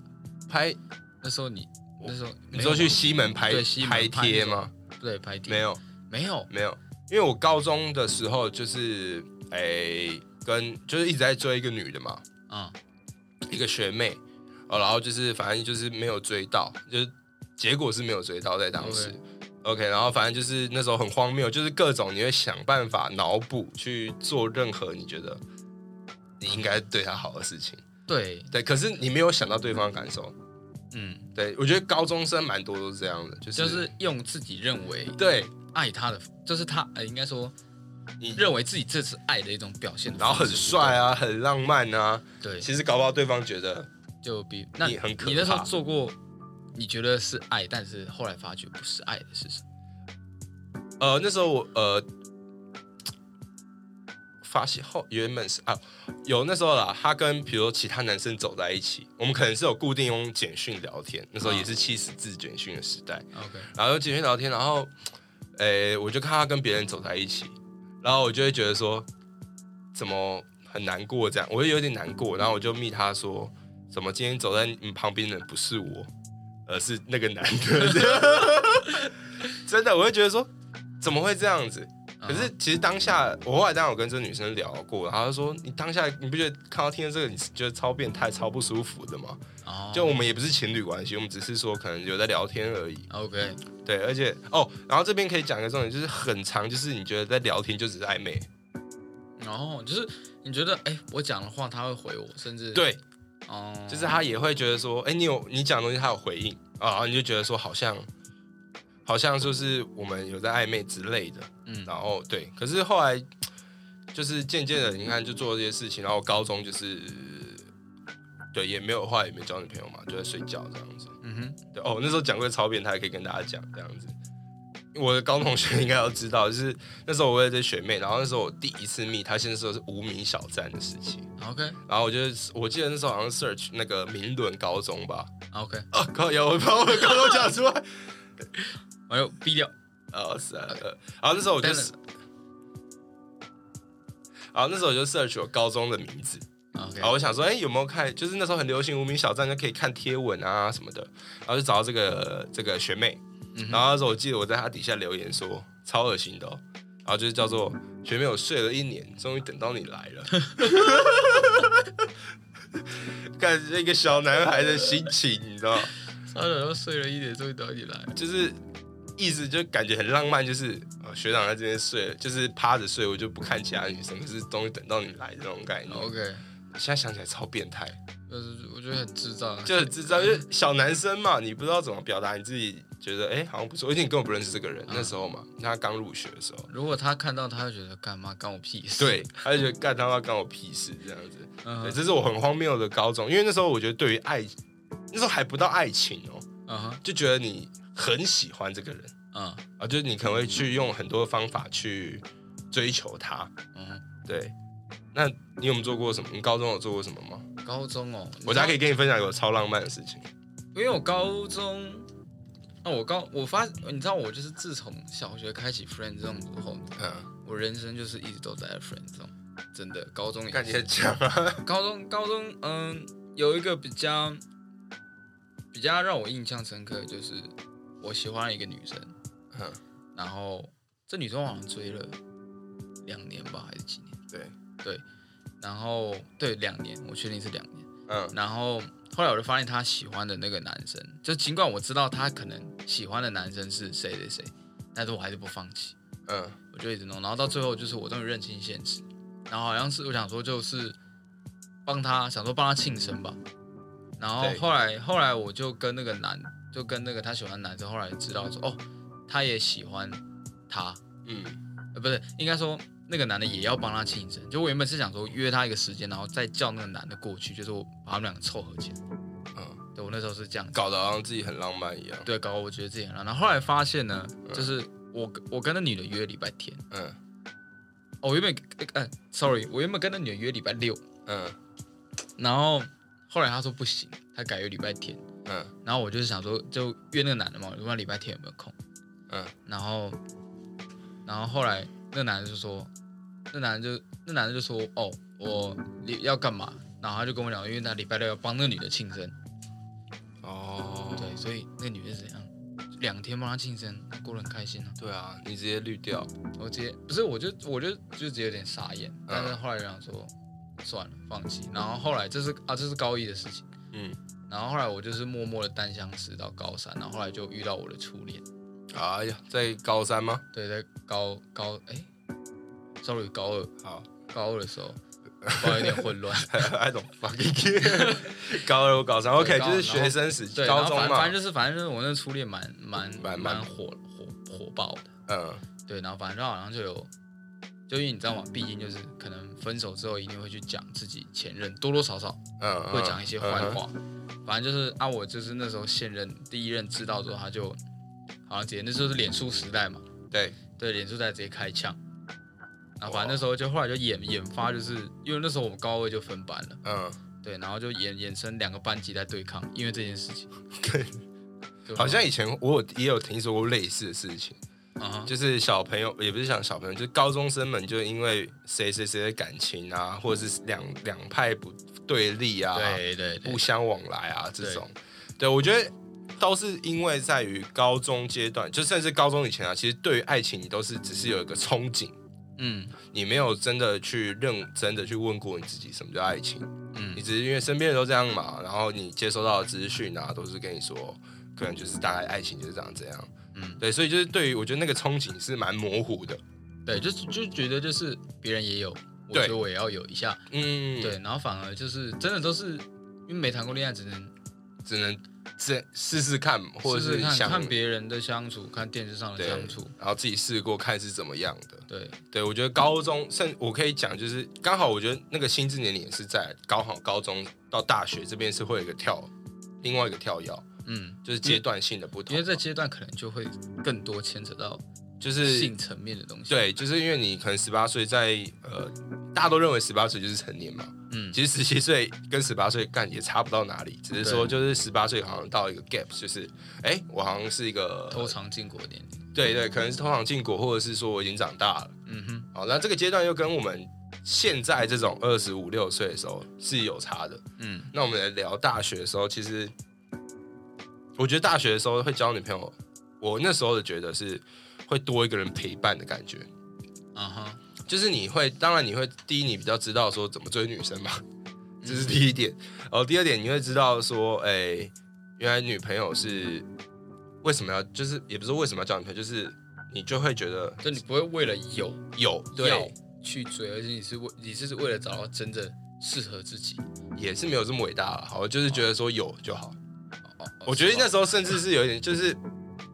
[SPEAKER 2] 拍，
[SPEAKER 3] 那时候你那时候
[SPEAKER 2] 你
[SPEAKER 3] 没
[SPEAKER 2] 说
[SPEAKER 3] 有
[SPEAKER 2] 去
[SPEAKER 3] 吗
[SPEAKER 2] 西门拍
[SPEAKER 3] 对西门
[SPEAKER 2] 拍
[SPEAKER 3] 拍那
[SPEAKER 2] 贴
[SPEAKER 3] 种
[SPEAKER 2] 吗？
[SPEAKER 3] 对拍贴
[SPEAKER 2] 没有，
[SPEAKER 3] 没有
[SPEAKER 2] 没有，因为我高中的时候就是，哎，跟就是一直在追一个女的嘛，
[SPEAKER 3] 啊
[SPEAKER 2] 一个学妹，哦，然后就是反正就是没有追到，就是结果是没有追到在当时。OK，然后反正就是那时候很荒谬，就是各种你会想办法脑补去做任何你觉得你应该对她好的事情，
[SPEAKER 3] 对
[SPEAKER 2] 对，可是你没有想到对方的感受。
[SPEAKER 3] 嗯
[SPEAKER 2] 对我觉得高中生蛮多都是这样的，就是
[SPEAKER 3] 就是用自己认为
[SPEAKER 2] 对
[SPEAKER 3] 爱他的，就是他呃应该说
[SPEAKER 2] 你，
[SPEAKER 3] 认为自己这是爱的一种表现，
[SPEAKER 2] 然后很帅
[SPEAKER 3] 啊，
[SPEAKER 2] 啊，很浪漫啊，
[SPEAKER 3] 对，
[SPEAKER 2] 其实搞不好对方觉得
[SPEAKER 3] 就比那
[SPEAKER 2] 你很可怕
[SPEAKER 3] 那时候做过，你觉得是爱，但是后来发觉不是爱的是什么？
[SPEAKER 2] 呃，那时候我呃，发现后原本是啊，有那时候啦，他跟比如说其他男生走在一起，我们可能是有固定用简讯聊天，那时候也是七十字简讯的时代，
[SPEAKER 3] OK，
[SPEAKER 2] 然后用简讯聊天，然后，诶、我就看他跟别人走在一起，然后我就会觉得说，怎么很难过这样，我就有点难过，然后我就密他说，怎么今天走在你旁边的人不是我，而是那个男的， *laughs* 真的，我会觉得说，怎么会这样子？
[SPEAKER 3] 嗯
[SPEAKER 2] 可是其实当下，我后来当然有跟这个女生聊过，然后她说：“你当下你不觉得看到听到这个，你是觉得超变态、超不舒服的吗？”
[SPEAKER 3] 哦，
[SPEAKER 2] 就我们也不是情侣关系，我们只是说可能有在聊天而已。
[SPEAKER 3] OK，
[SPEAKER 2] 对，而且哦，然后这边可以讲一个重点，就是很长，就是你觉得在聊天就只是暧昧，
[SPEAKER 3] 然后就是你觉得，哎，我讲的话他会回我，甚至，
[SPEAKER 2] 对，
[SPEAKER 3] 哦，
[SPEAKER 2] 就是他也会觉得说，哎，你有你讲的东西，他有回应啊，然后你就觉得说好像好像就是我们有在暧昧之类的，
[SPEAKER 3] 嗯
[SPEAKER 2] 然后对，可是后来就是渐渐的，你看就做这些事情，然后高中就是对也没有话，也没交女朋友嘛，就在睡觉这样子。
[SPEAKER 3] 嗯哼，
[SPEAKER 2] 对哦，那时候讲过超变态，可以跟大家讲这样子。我的高中同学应该都知道，就是那时候我有这学妹，然后那时候我第一次密她，现在说是无名小站的事情，
[SPEAKER 3] OK
[SPEAKER 2] 然后我就是我记得那时候好像 search 那个明伦高中吧，
[SPEAKER 3] OK，
[SPEAKER 2] 啊靠，有我把我的高中讲出来，
[SPEAKER 3] 哎呦，逼掉，
[SPEAKER 2] 啊是啊，呃然后那时候我就
[SPEAKER 3] 等
[SPEAKER 2] 是，
[SPEAKER 3] 等
[SPEAKER 2] 然后那时候我就 search 我高中的名字，
[SPEAKER 3] ，OK，
[SPEAKER 2] 然后我想说，哎、有没有看？就是那时候很流行无名小站，就可以看贴文啊什么的。然后就找到这个这个学妹，
[SPEAKER 3] 嗯哼
[SPEAKER 2] 然后那时候我记得我在她底下留言说，超恶心的、哦。然后就是叫做学妹，我睡了一年，终于等到你来了。 *laughs* 看这个小男孩的心情，你知道吗，
[SPEAKER 3] 差点都睡了一点，终于等你来，
[SPEAKER 2] 就是意思就感觉很浪漫，就是、呃、学长在这边睡了，就是趴着睡，我就不看其他女生，可是终于等到你来的那种概念。
[SPEAKER 3] 哦 OK，
[SPEAKER 2] 现在想起来超变态。
[SPEAKER 3] 就是我觉得很智障啊，
[SPEAKER 2] 就很智障，因为小男生嘛，你不知道怎么表达你自己觉得哎、诶好像不错，而且你根本不认识这个人，那时候嘛，他刚入学的时候，
[SPEAKER 3] 如果他看到，他会觉得干嘛干我屁事，
[SPEAKER 2] 对，他就觉得干他妈干我屁事这样子，
[SPEAKER 3] 嗯哼，
[SPEAKER 2] 对，这是我很荒谬的高中，因为那时候我觉得对于爱，那时候还不到爱情哦、
[SPEAKER 3] 嗯哼，
[SPEAKER 2] 就觉得你很喜欢这个人
[SPEAKER 3] 嗯
[SPEAKER 2] 啊，就是你可能会去用很多方法去追求他，
[SPEAKER 3] 嗯哼，
[SPEAKER 2] 对，那你有没有做过什么？你高中有做过什么吗？
[SPEAKER 3] 高中哦，
[SPEAKER 2] 我
[SPEAKER 3] 家
[SPEAKER 2] 大家可以跟你分享一个超浪漫的事情，
[SPEAKER 3] 因为我高中，啊，我高我发，你知道我就是自从小学开启 friend zone 之后，
[SPEAKER 2] 嗯，
[SPEAKER 3] 我人生就是一直都待在 friend zone。真的高中也
[SPEAKER 2] 感觉
[SPEAKER 3] 是
[SPEAKER 2] 讲啊，
[SPEAKER 3] 高中高中嗯有一个比较比较让我印象深刻，就是我喜欢了一个女生，
[SPEAKER 2] 嗯，
[SPEAKER 3] 然后这女生我好像追了两年吧，还是几年？
[SPEAKER 2] 对，
[SPEAKER 3] 然后对两年，我确定是两年。
[SPEAKER 2] 嗯
[SPEAKER 3] 然后后来我就发现她喜欢的那个男生，就尽管我知道她可能喜欢的男生是谁谁谁，但是我还是不放弃。
[SPEAKER 2] 嗯，
[SPEAKER 3] 我就一直弄，然后到最后就是我终于认清现实，然后好像是我想说就是帮他想说帮他庆生吧，然后
[SPEAKER 2] 对
[SPEAKER 3] 后来后来我就跟那个男就跟那个他喜欢的男生后来知道说哦，他也喜欢他，
[SPEAKER 2] 嗯，
[SPEAKER 3] 呃不是应该说那个男的也要帮他庆生，就我原本是想说约他一个时间，然后再叫那个男的过去，就是我把他们两个凑合起来，
[SPEAKER 2] 嗯，
[SPEAKER 3] 对我那时候是这样子。
[SPEAKER 2] 搞得好像自己很浪漫一样，
[SPEAKER 3] 对，搞得我觉得自己很烂。然后后来发现呢，就是我跟我跟那女的约礼拜天，
[SPEAKER 2] 嗯
[SPEAKER 3] 哦，我原本呃，sorry，我原本跟那女的约礼拜六，
[SPEAKER 2] 嗯
[SPEAKER 3] 然后后来她说不行，她改约礼拜天，
[SPEAKER 2] 嗯
[SPEAKER 3] 然后我就是想说就约那个男的嘛，我问礼拜天有没有空，
[SPEAKER 2] 嗯
[SPEAKER 3] 然后然后后来那男的就说，那男的就那男的就说哦，我礼要干嘛？然后他就跟我讲，因为他礼拜六要帮那个女的庆生，
[SPEAKER 2] 哦，
[SPEAKER 3] 对，所以那个女的是怎样，两天帮她庆生，她过得很开心啊。
[SPEAKER 2] 对啊，你直接滤掉，
[SPEAKER 3] 我直接不是，我就我就就直接有点傻眼，
[SPEAKER 2] 嗯
[SPEAKER 3] 但是后来就想说算了，放弃。然后后来这是啊，这是高一的事情。
[SPEAKER 2] 嗯，
[SPEAKER 3] 然后后来我就是默默的单相思到高三，然后后来就遇到我的初恋，
[SPEAKER 2] 哎呀，在高三吗？
[SPEAKER 3] 对，在高高哎，sorry，高二
[SPEAKER 2] 好
[SPEAKER 3] 高二的时候，搞有点混乱。
[SPEAKER 2] *laughs* ，I don't fucking care，高 *laughs* 二我高三，OK，
[SPEAKER 3] 高
[SPEAKER 2] 就是学生时期，
[SPEAKER 3] 对，然
[SPEAKER 2] 高
[SPEAKER 3] 后
[SPEAKER 2] 中
[SPEAKER 3] 反正
[SPEAKER 2] 嘛
[SPEAKER 3] 反正，就是反正就是我那初恋蛮蛮
[SPEAKER 2] 蛮蛮
[SPEAKER 3] 蛮火火火爆的，
[SPEAKER 2] 嗯
[SPEAKER 3] 对，然后反正好像就有，就因为你知道吗？毕竟就是可能分手之后一定会去讲自己前任，多多少少
[SPEAKER 2] 嗯，
[SPEAKER 3] 会讲一些坏
[SPEAKER 2] 嗯，
[SPEAKER 3] 话。反正就是啊，我就是那时候现任第一任知道之后，他就好像直接那就是脸书时代嘛，
[SPEAKER 2] 嗯对，
[SPEAKER 3] 对，脸书时代直接开枪。然后
[SPEAKER 2] 哇
[SPEAKER 3] 反正那时候就后来就演演发，就是因为那时候我们高二就分班了， *laughs*
[SPEAKER 2] 嗯，
[SPEAKER 3] 对，然后就衍衍生两个班级在对抗，因为这件事情。对吧
[SPEAKER 2] 好像以前我有也有听说过类似的事情，
[SPEAKER 3] 啊哈，
[SPEAKER 2] *laughs* 就是小朋友也不是想小朋友，就是高中生们就因为谁谁谁的感情啊，或者是两两派不对立啊，
[SPEAKER 3] 对对
[SPEAKER 2] 不
[SPEAKER 3] 对，
[SPEAKER 2] 相往来啊这种。对我觉得都是因为在于高中阶段，就甚至高中以前啊，其实对于爱情你都是只是有一个憧憬，
[SPEAKER 3] 嗯
[SPEAKER 2] 你没有真的去认真的去问过你自己什么叫爱情，你
[SPEAKER 3] 嗯，
[SPEAKER 2] 只是因为身边人都这样嘛，然后你接收到的资讯啊，都是跟你说，可能就是大概爱情就是长这样。
[SPEAKER 3] 嗯
[SPEAKER 2] 对，所以就是对于我觉得那个憧憬是蛮模糊的，
[SPEAKER 3] 对，就是就觉得就是别人也有，我
[SPEAKER 2] 对
[SPEAKER 3] 觉得我也要有一下，
[SPEAKER 2] 嗯，
[SPEAKER 3] 对，，然后反而就是真的都是因为没谈过恋爱，只能
[SPEAKER 2] 只能试试试看，或者
[SPEAKER 3] 试
[SPEAKER 2] 是
[SPEAKER 3] 试看
[SPEAKER 2] 想
[SPEAKER 3] 看别人的相处，看电视上的
[SPEAKER 2] 对
[SPEAKER 3] 相处，
[SPEAKER 2] 然后自己试过看是怎么样的。
[SPEAKER 3] 对，
[SPEAKER 2] 对，我觉得高中，甚我可以讲，就是刚好，我觉得那个心智年龄也是在高好高中到大学这边是会有一个跳，另外一个跳跃，
[SPEAKER 3] 嗯，
[SPEAKER 2] 就是阶段性的不同
[SPEAKER 3] 因为。这阶段可能就会更多牵扯到
[SPEAKER 2] 就是
[SPEAKER 3] 性层面的东西，，
[SPEAKER 2] 对，就是因为你可能十八岁在呃，大家都认为十八岁就是成年嘛，
[SPEAKER 3] 嗯，
[SPEAKER 2] 其实十七岁跟十八岁干也差不到哪里，只是说就是十八岁好像到一个 gap，就是哎、我好像是一个
[SPEAKER 3] 偷尝禁果的年龄，
[SPEAKER 2] 对对，可能是通常禁果，或者是说我已经长大了。
[SPEAKER 3] 嗯哼，
[SPEAKER 2] 好，那这个阶段又跟我们现在这种二十五六岁的时候是有差的。
[SPEAKER 3] 嗯，
[SPEAKER 2] 那我们来聊大学的时候，其实我觉得大学的时候会交女朋友，我那时候的觉得是会多一个人陪伴的感觉，
[SPEAKER 3] 啊哈，
[SPEAKER 2] 就是你会，当然你会第一你比较知道说怎么追女生嘛，这是第一点。然后第二点你会知道说，哎、原来女朋友是为什么要，就是也不是为什么要交女朋友，就是你就会觉得
[SPEAKER 3] 就你不会为了有
[SPEAKER 2] 有
[SPEAKER 3] 要
[SPEAKER 2] 对，
[SPEAKER 3] 去追，而且你是为你是为了找到真的适合自己，
[SPEAKER 2] 也是没有这么伟大了。好，就是觉得说有就好。
[SPEAKER 3] 哦哦
[SPEAKER 2] 我觉得那
[SPEAKER 3] 是
[SPEAKER 2] 时候甚至是有一点，就是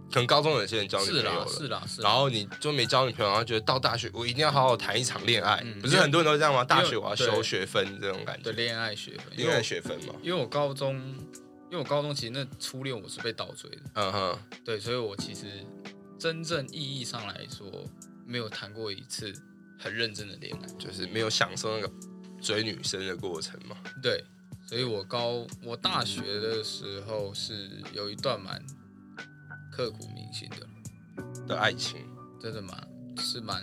[SPEAKER 2] 可能高中有些人交女朋
[SPEAKER 3] 是
[SPEAKER 2] 友了
[SPEAKER 3] 啦，是啦是啦，
[SPEAKER 2] 然后你就没交女朋友，然后觉得到大学我一定要好好谈一场恋爱，
[SPEAKER 3] 嗯
[SPEAKER 2] 不是很多人都这样吗？大学
[SPEAKER 3] 因为
[SPEAKER 2] 我要修学分这种感
[SPEAKER 3] 的
[SPEAKER 2] 觉，
[SPEAKER 3] 恋爱学分，因
[SPEAKER 2] 恋
[SPEAKER 3] 为
[SPEAKER 2] 爱
[SPEAKER 3] 我
[SPEAKER 2] 学分嘛，
[SPEAKER 3] 因为我高中，因为我高中其实那初恋我是被倒追的。
[SPEAKER 2] 嗯哼，
[SPEAKER 3] 对，所以我其实真正意义上来说，没有谈过一次很认真的恋爱。
[SPEAKER 2] 就是没有享受那个追女生的过程嘛，
[SPEAKER 3] 对，所以我高我大学的时候是有一段蛮刻骨铭心的，
[SPEAKER 2] 的爱情，
[SPEAKER 3] 真的蛮是蛮，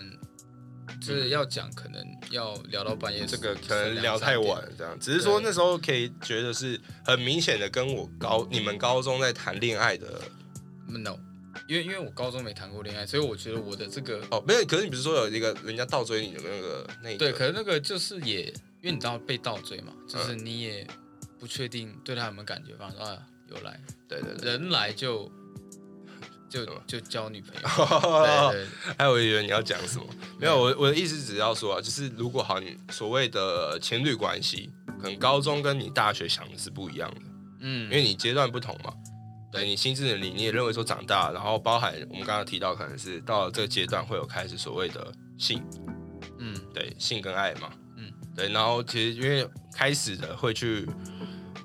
[SPEAKER 3] 就是要讲可能要聊到半夜，
[SPEAKER 2] 这个可能聊太晚，这样只是说
[SPEAKER 3] 对
[SPEAKER 2] 那时候可以觉得是很明显的，跟我高你们高中在谈恋爱的
[SPEAKER 3] 嗯。No，因为因为我高中没谈过恋爱，所以我觉得我的这个
[SPEAKER 2] 哦，没有，可是你不是说有一个人家倒追你的那个那一个
[SPEAKER 3] 对，可是那个就是也，因为你知道被倒追嘛，就是
[SPEAKER 2] 嗯
[SPEAKER 3] 你也不确定对他有没有感觉，反正说啊有来，
[SPEAKER 2] 对对对，
[SPEAKER 3] 人来就就
[SPEAKER 2] 什么
[SPEAKER 3] 就交女
[SPEAKER 2] *laughs*
[SPEAKER 3] 朋友。对对对
[SPEAKER 2] 哎，我以为你要讲什么？没有，我我的意思只要说啊，就是如果好，你所谓的情侣关系，可能高中跟你大学想的是不一样的，因
[SPEAKER 3] 嗯，
[SPEAKER 2] 为你阶段不同嘛。对你心智能力，你也认为说长大，然后包含我们刚刚提到，可能是到了这个阶段会有开始所谓的性，
[SPEAKER 3] 嗯
[SPEAKER 2] 对性跟爱嘛，嗯
[SPEAKER 3] 嗯，
[SPEAKER 2] 对，然后其实因为开始的会去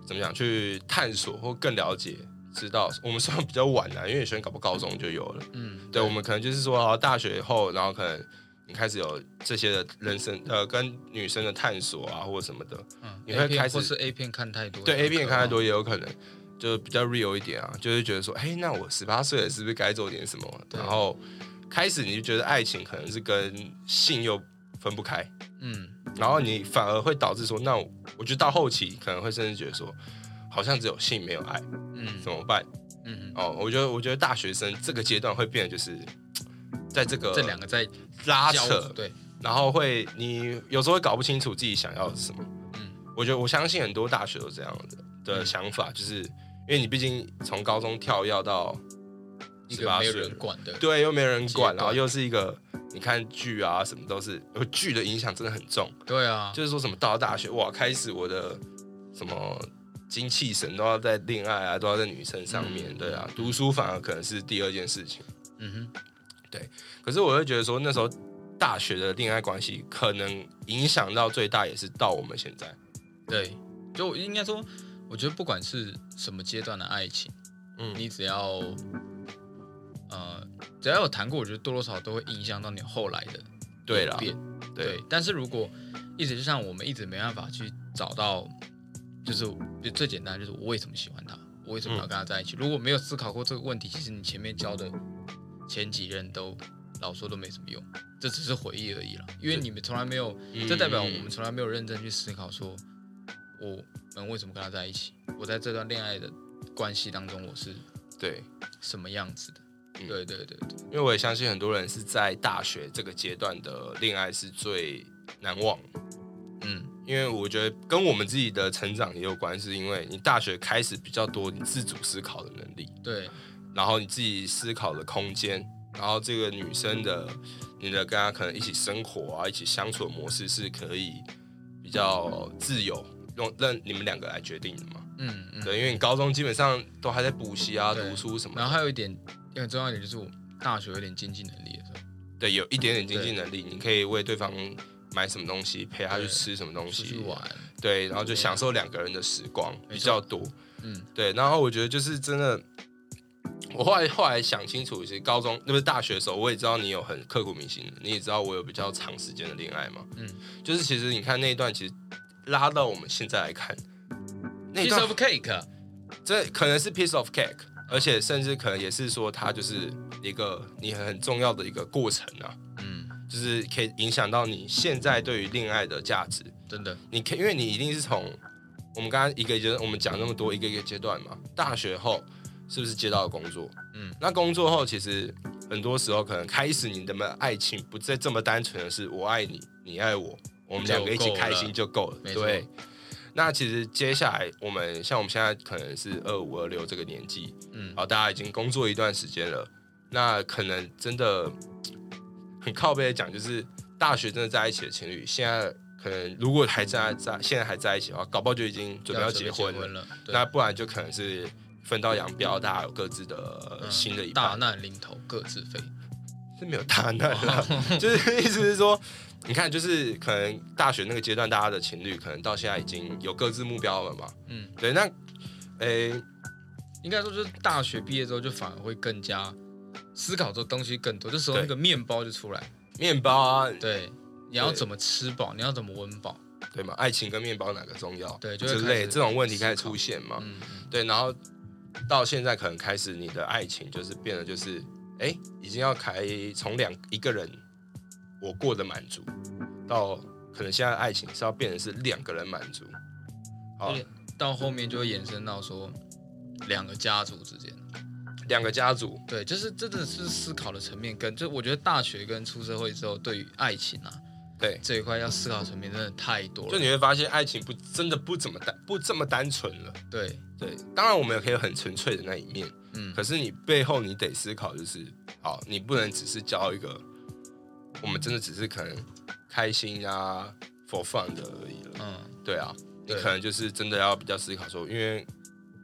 [SPEAKER 2] 怎么讲，去探索或更了解，知道我们算比较晚的、因为有些人搞不好高中就有了，
[SPEAKER 3] 嗯，
[SPEAKER 2] 对，我们可能就是说，好，大学以后，然后可能你开始有这些的人生，呃，跟女生的探索啊，或者什么的。
[SPEAKER 3] 嗯
[SPEAKER 2] 你会
[SPEAKER 3] A 片
[SPEAKER 2] 开始
[SPEAKER 3] 或是 A 片看太多，
[SPEAKER 2] 对 A 片也看太
[SPEAKER 3] 很可
[SPEAKER 2] 多，也有可能就比较 real 一点啊，就是觉得说，哎，那我十八岁了，是不是该做点什么？
[SPEAKER 3] 对
[SPEAKER 2] 然后开始你就觉得爱情可能是跟性又分不开，
[SPEAKER 3] 怕，嗯，
[SPEAKER 2] 然后你反而会导致说，那我我觉得到后期可能会甚至觉得说，好像只有性没有爱，
[SPEAKER 3] 嗯
[SPEAKER 2] 怎么办？
[SPEAKER 3] 嗯嗯，
[SPEAKER 2] 哦，我觉得我觉得大学生这个阶段会变得就是。在这个
[SPEAKER 3] 这两个在
[SPEAKER 2] 拉
[SPEAKER 3] 交
[SPEAKER 2] 呃扯，
[SPEAKER 3] 对，
[SPEAKER 2] 然后会你有时候会搞不清楚自己想要什么。
[SPEAKER 3] 嗯
[SPEAKER 2] 我觉得我相信很多大学都这样的的
[SPEAKER 3] 嗯
[SPEAKER 2] 想法，就是因为你毕竟从高中跳跃到
[SPEAKER 3] 一
[SPEAKER 2] 十
[SPEAKER 3] 个
[SPEAKER 2] 八
[SPEAKER 3] 没有
[SPEAKER 2] 岁
[SPEAKER 3] 人管的，
[SPEAKER 2] 对，又没人管，
[SPEAKER 3] 阶段
[SPEAKER 2] 然后又是一个你看剧啊什么都是，有剧的影响真的很重。
[SPEAKER 3] 对啊，
[SPEAKER 2] 就是说什么到了大学哇，开始我的什么精气神都要在恋爱啊，都要在女生上面，
[SPEAKER 3] 嗯
[SPEAKER 2] 对啊，读书反而可能是第二件事情。
[SPEAKER 3] 嗯哼，
[SPEAKER 2] 可是我会觉得说，那时候大学的恋爱关系可能影响到最大，也是到我们现在。
[SPEAKER 3] 对，就应该说，我觉得不管是什么阶段的爱情，
[SPEAKER 2] 嗯
[SPEAKER 3] 你只要呃只要有谈过，我觉得多多少少都会影响到你后来的
[SPEAKER 2] 对啊啦，
[SPEAKER 3] 变
[SPEAKER 2] 对，
[SPEAKER 3] 但是如果一直就像我们一直没办法去找到，就是就最简单就是我为什么喜欢他，我为什么
[SPEAKER 2] 嗯
[SPEAKER 3] 要跟他在一起？如果没有思考过这个问题，其实你前面交的前几任都老说都没什么用，这只是回忆而已了。因为
[SPEAKER 2] 这
[SPEAKER 3] 你们从来没有，
[SPEAKER 2] 嗯
[SPEAKER 3] 这代表我们从来没有认真去思考说，我们为什么跟他在一起？我在这段恋爱的关系当中，我是
[SPEAKER 2] 对，
[SPEAKER 3] 什么样子的？
[SPEAKER 2] 嗯
[SPEAKER 3] 对对对对，
[SPEAKER 2] 因为我也相信很多人是在大学这个阶段的恋爱是最难忘的，
[SPEAKER 3] 嗯
[SPEAKER 2] 因为我觉得跟我们自己的成长也有关，是因为你大学开始比较多你自主思考的能力，
[SPEAKER 3] 对，
[SPEAKER 2] 然后你自己思考的空间，然后这个女生的你的跟她可能一起生活啊，一起相处的模式是可以比较自由，用让你们两个来决定的嘛。
[SPEAKER 3] 嗯嗯。
[SPEAKER 2] 对，因为你高中基本上都还在补习啊、
[SPEAKER 3] 对
[SPEAKER 2] 读书什么
[SPEAKER 3] 然后
[SPEAKER 2] 的，
[SPEAKER 3] 还有一点也很重要一点就是，我大学有点经济能力的时候，
[SPEAKER 2] 对，有一点点经济能力，你可以为对方买什么东西，陪他去
[SPEAKER 3] 对
[SPEAKER 2] 吃什么东
[SPEAKER 3] 出去
[SPEAKER 2] 西，
[SPEAKER 3] 玩，
[SPEAKER 2] 对，然后就
[SPEAKER 3] 对啊
[SPEAKER 2] 享受两个人的时光
[SPEAKER 3] 没
[SPEAKER 2] 比
[SPEAKER 3] 错
[SPEAKER 2] 较多。
[SPEAKER 3] 嗯
[SPEAKER 2] 对，然后我觉得就是真的，我后来后来想清楚，其实高中那不是大学的时候，我也知道你有很刻骨铭心的，你也知道我有比较长时间的恋爱嘛，
[SPEAKER 3] 嗯，
[SPEAKER 2] 就是其实你看那一段，其实拉到我们现在来看，那一
[SPEAKER 3] ，piece
[SPEAKER 2] 段
[SPEAKER 3] of cake，
[SPEAKER 2] 这可能是 piece of cake，而且甚至可能也是说它就是一个你很重要的一个过程啊，
[SPEAKER 3] 嗯，
[SPEAKER 2] 就是可以影响到你现在对于恋爱的价值。
[SPEAKER 3] 真的，
[SPEAKER 2] 你可以因为你一定是从我们刚刚一个阶段，我们讲那么多一个一个阶段嘛，大学后是不是接到了工作？
[SPEAKER 3] 嗯，
[SPEAKER 2] 那工作后其实很多时候可能开始你的们爱情不再这么单纯的是我爱你，你爱我，我们两个一起开心就够了。
[SPEAKER 3] 没错
[SPEAKER 2] 对。那其实接下来我们像我们现在可能是二五二六这个年纪，
[SPEAKER 3] 嗯
[SPEAKER 2] 然，后大家已经工作一段时间了，那可能真的很靠背的讲，就是大学真的在一起的情侣，现在可能如果还在在现在还在一起的话，搞不好就已经啊准备要
[SPEAKER 3] 要
[SPEAKER 2] 结
[SPEAKER 3] 婚
[SPEAKER 2] 婚了。
[SPEAKER 3] 了，对
[SPEAKER 2] 那不然就可能是分道扬镳，大家有各自的
[SPEAKER 3] 嗯
[SPEAKER 2] 新的一
[SPEAKER 3] 大
[SPEAKER 2] 半，
[SPEAKER 3] 难临头各自飞，
[SPEAKER 2] 是没有大难啦， *laughs* 就是意思是说。你看，就是可能大学那个阶段，大家的情侣可能到现在已经有各自目标了嘛。
[SPEAKER 3] 嗯，
[SPEAKER 2] 对，那，诶、
[SPEAKER 3] 应该说就是大学毕业之后就反而会更加思考这东西更多，这时候
[SPEAKER 2] 对
[SPEAKER 3] 那个面包就出来，
[SPEAKER 2] 面包啊，
[SPEAKER 3] 对，你要
[SPEAKER 2] 对
[SPEAKER 3] 怎么吃饱，你要怎么温饱，
[SPEAKER 2] 对嘛，爱情跟面包哪个重要？
[SPEAKER 3] 对就会
[SPEAKER 2] 之
[SPEAKER 3] 开
[SPEAKER 2] 类
[SPEAKER 3] 始
[SPEAKER 2] 这种问题开始出现嘛？
[SPEAKER 3] 嗯，嗯
[SPEAKER 2] 对，然后到现在可能开始你的爱情就是变得就是，哎，已经要开从两一个人我过得满足，到可能现在的爱情是要变成是两个人满足。好，
[SPEAKER 3] 嗯到后面就会衍生到说两个家族之间，
[SPEAKER 2] 两个家族，
[SPEAKER 3] 对，就是真的是思考的层面跟，就我觉得大学跟出社会之后，对于爱情啊
[SPEAKER 2] 对，
[SPEAKER 3] 这一块要思考层面真的太多
[SPEAKER 2] 就
[SPEAKER 3] 了。
[SPEAKER 2] 你会发现爱情不真的不怎么单不这么单纯了。
[SPEAKER 3] 对，
[SPEAKER 2] 对，当然我们也可以很纯粹的那一面，
[SPEAKER 3] 嗯，
[SPEAKER 2] 可是你背后你得思考，就是好，你不能只是交一个，我们真的只是可能开心啊，for fun 的而已了。
[SPEAKER 3] 嗯，
[SPEAKER 2] 对啊，你
[SPEAKER 3] 对
[SPEAKER 2] 可能就是真的要比较思考说，因为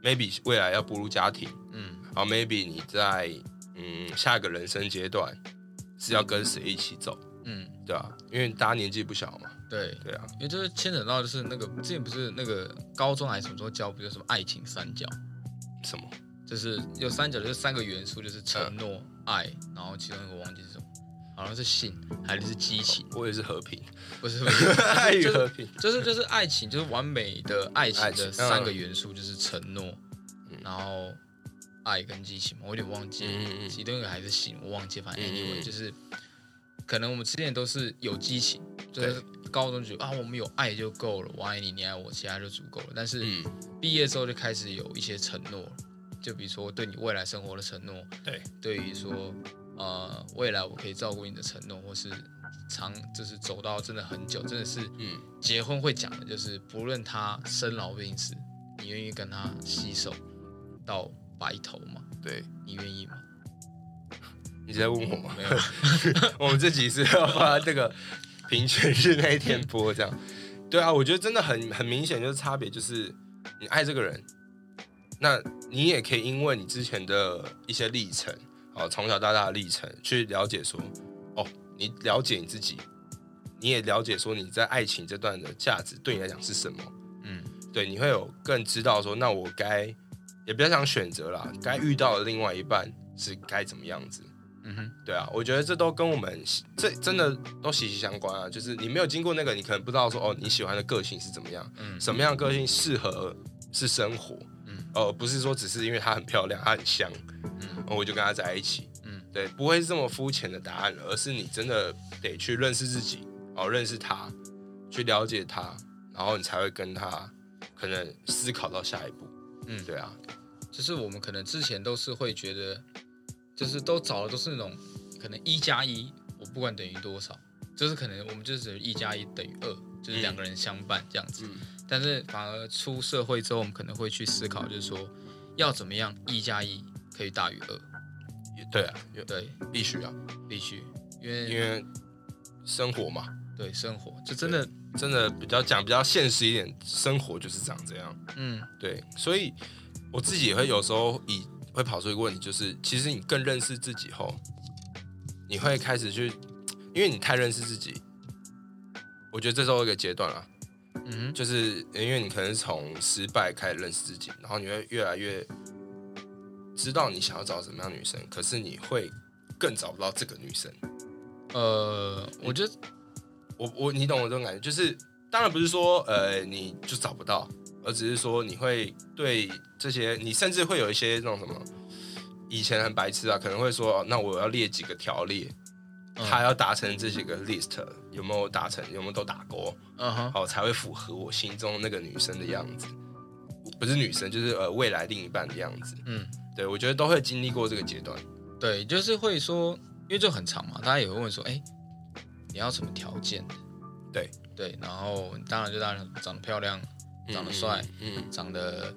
[SPEAKER 2] maybe 未来要步入家庭，
[SPEAKER 3] 嗯，
[SPEAKER 2] 然后 maybe 你在嗯下一个人生阶段是要跟谁一起走，
[SPEAKER 3] 嗯，
[SPEAKER 2] 对啊，因为大家年纪不小嘛，
[SPEAKER 3] 对，
[SPEAKER 2] 对啊，
[SPEAKER 3] 因为这个牵扯到就是那个之前不是那个高中还是什么时候教，不就什么爱情三角，
[SPEAKER 2] 什么
[SPEAKER 3] 就是有三角，就是三个元素，就是承诺、
[SPEAKER 2] 嗯
[SPEAKER 3] 爱，然后其中一个我忘记是什么，好像是性还是激情，
[SPEAKER 2] 我也是和
[SPEAKER 3] *laughs*
[SPEAKER 2] 平，
[SPEAKER 3] 不是，不
[SPEAKER 2] *laughs*
[SPEAKER 3] 是
[SPEAKER 2] 爱与
[SPEAKER 3] 就是
[SPEAKER 2] 和平，
[SPEAKER 3] 就是就是爱情，就是完美的爱情
[SPEAKER 2] 爱情
[SPEAKER 3] 的
[SPEAKER 2] 嗯
[SPEAKER 3] 三个元素，就是承诺
[SPEAKER 2] 嗯，
[SPEAKER 3] 然后爱跟激情嘛，我有点忘记，
[SPEAKER 2] 嗯嗯嗯
[SPEAKER 3] 其中一个还是性，我忘记，反正
[SPEAKER 2] 嗯嗯
[SPEAKER 3] anyway
[SPEAKER 2] 嗯
[SPEAKER 3] 就是，可能我们之前都是有激情，就是高中觉得啊，我们有爱就够了，我爱你，你爱我，其他就足够了。但是
[SPEAKER 2] 嗯，
[SPEAKER 3] 毕业之后就开始有一些承诺，就比如说对你未来生活的承诺，
[SPEAKER 2] 对，
[SPEAKER 3] 对于说呃未来我可以照顾你的承诺，或是长就是走到真的很久，真的是。
[SPEAKER 2] 嗯。
[SPEAKER 3] 结婚会讲的就是，不论他生老病死，你愿意跟他携手到白头吗？
[SPEAKER 2] 对，
[SPEAKER 3] 你愿意吗？
[SPEAKER 2] 你在问我吗？
[SPEAKER 3] 嗯没有，啊
[SPEAKER 2] *laughs* 我们这集是要把这个平权日那一天播，这样。对啊，我觉得真的很很明显，就是差别就是你爱这个人，那你也可以因为你之前的一些历程，哦，从小到大的历程，去了解说，哦，你了解你自己，你也了解说你在爱情这段的价值对你来讲是什么。
[SPEAKER 3] 嗯，
[SPEAKER 2] 对，你会有更知道说，那我该也不要想选择啦，该遇到的另外一半是该怎么样子。
[SPEAKER 3] 嗯哼，
[SPEAKER 2] 对啊，我觉得这都跟我们这真的都息息相关啊。就是你没有经过那个，你可能不知道说哦，你喜欢的个性是怎么样，
[SPEAKER 3] 嗯
[SPEAKER 2] 什么样的个性适合是生活，
[SPEAKER 3] 嗯
[SPEAKER 2] 而、不是说只是因为她很漂亮，她很香，
[SPEAKER 3] 嗯
[SPEAKER 2] 哦我就跟她在一起。
[SPEAKER 3] 嗯
[SPEAKER 2] 对，不会是这么肤浅的答案，而是你真的得去认识自己，哦，认识她，去了解她，然后你才会跟她可能思考到下一步。
[SPEAKER 3] 嗯，
[SPEAKER 2] 对啊，
[SPEAKER 3] 就是我们可能之前都是会觉得，就是都找的都是那种可能一加一，我不管等于多少，就是可能我们就是一加一等于二，就是两个人相伴这样子。
[SPEAKER 2] 嗯
[SPEAKER 3] 但是反而出社会之后，我们可能会去思考，就是说要怎么样一加一可以大于二，
[SPEAKER 2] 也对啊，也
[SPEAKER 3] 对，
[SPEAKER 2] 必须啊，
[SPEAKER 3] 必须，
[SPEAKER 2] 因为生活嘛，
[SPEAKER 3] 对生活，就真的，
[SPEAKER 2] 真的比较讲比较现实一点，生活就是长这样。
[SPEAKER 3] 嗯
[SPEAKER 2] 对，所以我自己也会有时候以会跑出一个问题，就是其实你更认识自己后，你会开始去，因为你太认识自己，我觉得这时候一个阶段啊，
[SPEAKER 3] 嗯哼，
[SPEAKER 2] 就是因为你可能是从失败开始认识自己，然后你会越来越知道你想要找什么样的女生，可是你会更找不到这个女生。
[SPEAKER 3] 呃，我觉得，
[SPEAKER 2] 我我你懂我这种感觉，就是当然不是说呃你就找不到，而只是说你会对这些，你甚至会有一些那种什么，以前很白痴啊，可能会说、哦那我要列几个条例，
[SPEAKER 3] 嗯
[SPEAKER 2] 他要达成这几个 list 有没有达成，有没有都打勾，
[SPEAKER 3] 嗯哼，
[SPEAKER 2] 哦才会符合我心中那个女生的样子，不是女生就是呃未来另一半的样子，
[SPEAKER 3] 嗯，
[SPEAKER 2] 对我觉得都会经历过这个阶段，
[SPEAKER 3] 对，就是会说，因为就很长嘛，大家也会问说，哎、你要什么条件的？
[SPEAKER 2] 对
[SPEAKER 3] 对，然后当然就当然长得漂亮，长得帅，
[SPEAKER 2] 嗯，嗯
[SPEAKER 3] 长得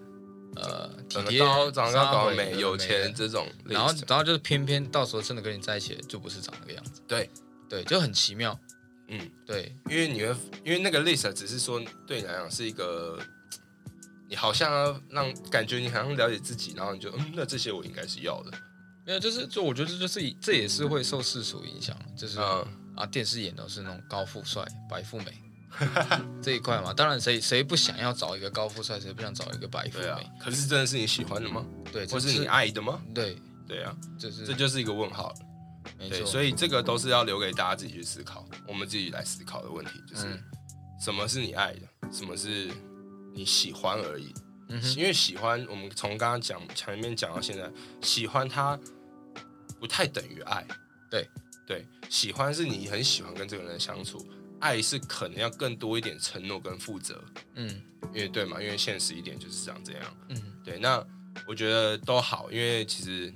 [SPEAKER 3] 呃体
[SPEAKER 2] 长得
[SPEAKER 3] 贴，
[SPEAKER 2] 高，长得高，
[SPEAKER 3] 稍
[SPEAKER 2] 长
[SPEAKER 3] 微
[SPEAKER 2] 得美，有钱，这种 list，
[SPEAKER 3] 然后然后就是偏偏到时候真的跟你在一起了，就不是长那个样子，
[SPEAKER 2] 对，
[SPEAKER 3] 对，就很奇妙，
[SPEAKER 2] 嗯。
[SPEAKER 3] 对，
[SPEAKER 2] 因为你会，因为那个 list 只是说对你来讲是一个，你好像要让感觉你好像了解自己，然后你就嗯，那这些我应该是要的，
[SPEAKER 3] 没有，就是就我觉得这就是这也是会受世俗影响，就是。
[SPEAKER 2] 嗯，
[SPEAKER 3] 啊，电视演都是那种高富帅、白富美这一块嘛。当然谁，谁不想要找一个高富帅，谁不想找一个白富
[SPEAKER 2] 对啊
[SPEAKER 3] 美？。
[SPEAKER 2] 可是真的是你喜欢的吗？
[SPEAKER 3] 对，
[SPEAKER 2] 或
[SPEAKER 3] 这
[SPEAKER 2] 是你爱的吗？
[SPEAKER 3] 对，
[SPEAKER 2] 对啊，
[SPEAKER 3] 就是
[SPEAKER 2] 这就是一个问号。
[SPEAKER 3] 没
[SPEAKER 2] 对，
[SPEAKER 3] 错。
[SPEAKER 2] 所以这个都是要留给大家自己去思考，我们自己来思考的问题，就是
[SPEAKER 3] 嗯
[SPEAKER 2] 什么是你爱的，什么是你喜欢而已。
[SPEAKER 3] 嗯
[SPEAKER 2] 因为喜欢，我们从刚刚讲前面讲到现在，喜欢它不太等于爱。
[SPEAKER 3] 对
[SPEAKER 2] 对，喜欢是你很喜欢跟这个人相处，爱是可能要更多一点承诺跟负责，
[SPEAKER 3] 嗯
[SPEAKER 2] 因为对嘛，因为现实一点就是长这样。
[SPEAKER 3] 嗯
[SPEAKER 2] 对，那我觉得都好，因为其实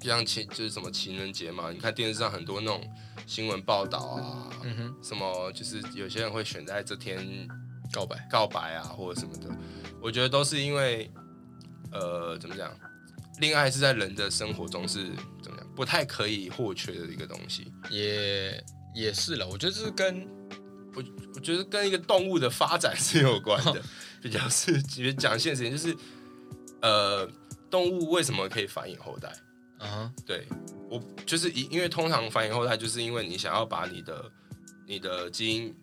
[SPEAKER 2] 就像情就是什么情人节嘛，你看电视上很多那种新闻报道啊，
[SPEAKER 3] 嗯哼，
[SPEAKER 2] 什么就是有些人会选在这天
[SPEAKER 3] 告白，
[SPEAKER 2] 告白啊，或者什么的，我觉得都是因为，呃，怎么讲，恋爱是在人的生活中是怎么讲，不太可以或缺的一个东西。
[SPEAKER 3] 也也是了。我觉得这是跟
[SPEAKER 2] 我觉得跟一个动物的发展是有关的，比较是其实讲现实一点，就是呃，动物为什么可以繁衍后代？
[SPEAKER 3] 啊
[SPEAKER 2] 对我就是因因为通常繁衍后代，就是因为你想要把你的你的基因，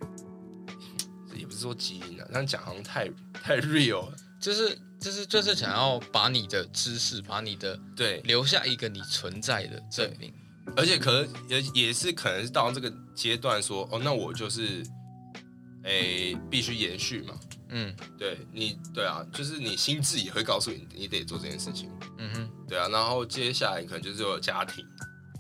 [SPEAKER 2] 也不是说基因啊，这样讲好像太太 real 了。
[SPEAKER 3] 哈，就是就是就是想要把你的知识，把你的
[SPEAKER 2] 对，
[SPEAKER 3] 留下一个你存在的证明。
[SPEAKER 2] 而且可能也也是可能是到这个阶段说，哦，那我就是，诶、必须延续嘛。
[SPEAKER 3] 嗯
[SPEAKER 2] 对你，对啊，就是你心智也会告诉你，你得做这件事情。
[SPEAKER 3] 嗯哼
[SPEAKER 2] 对啊，然后接下来可能就是有家庭，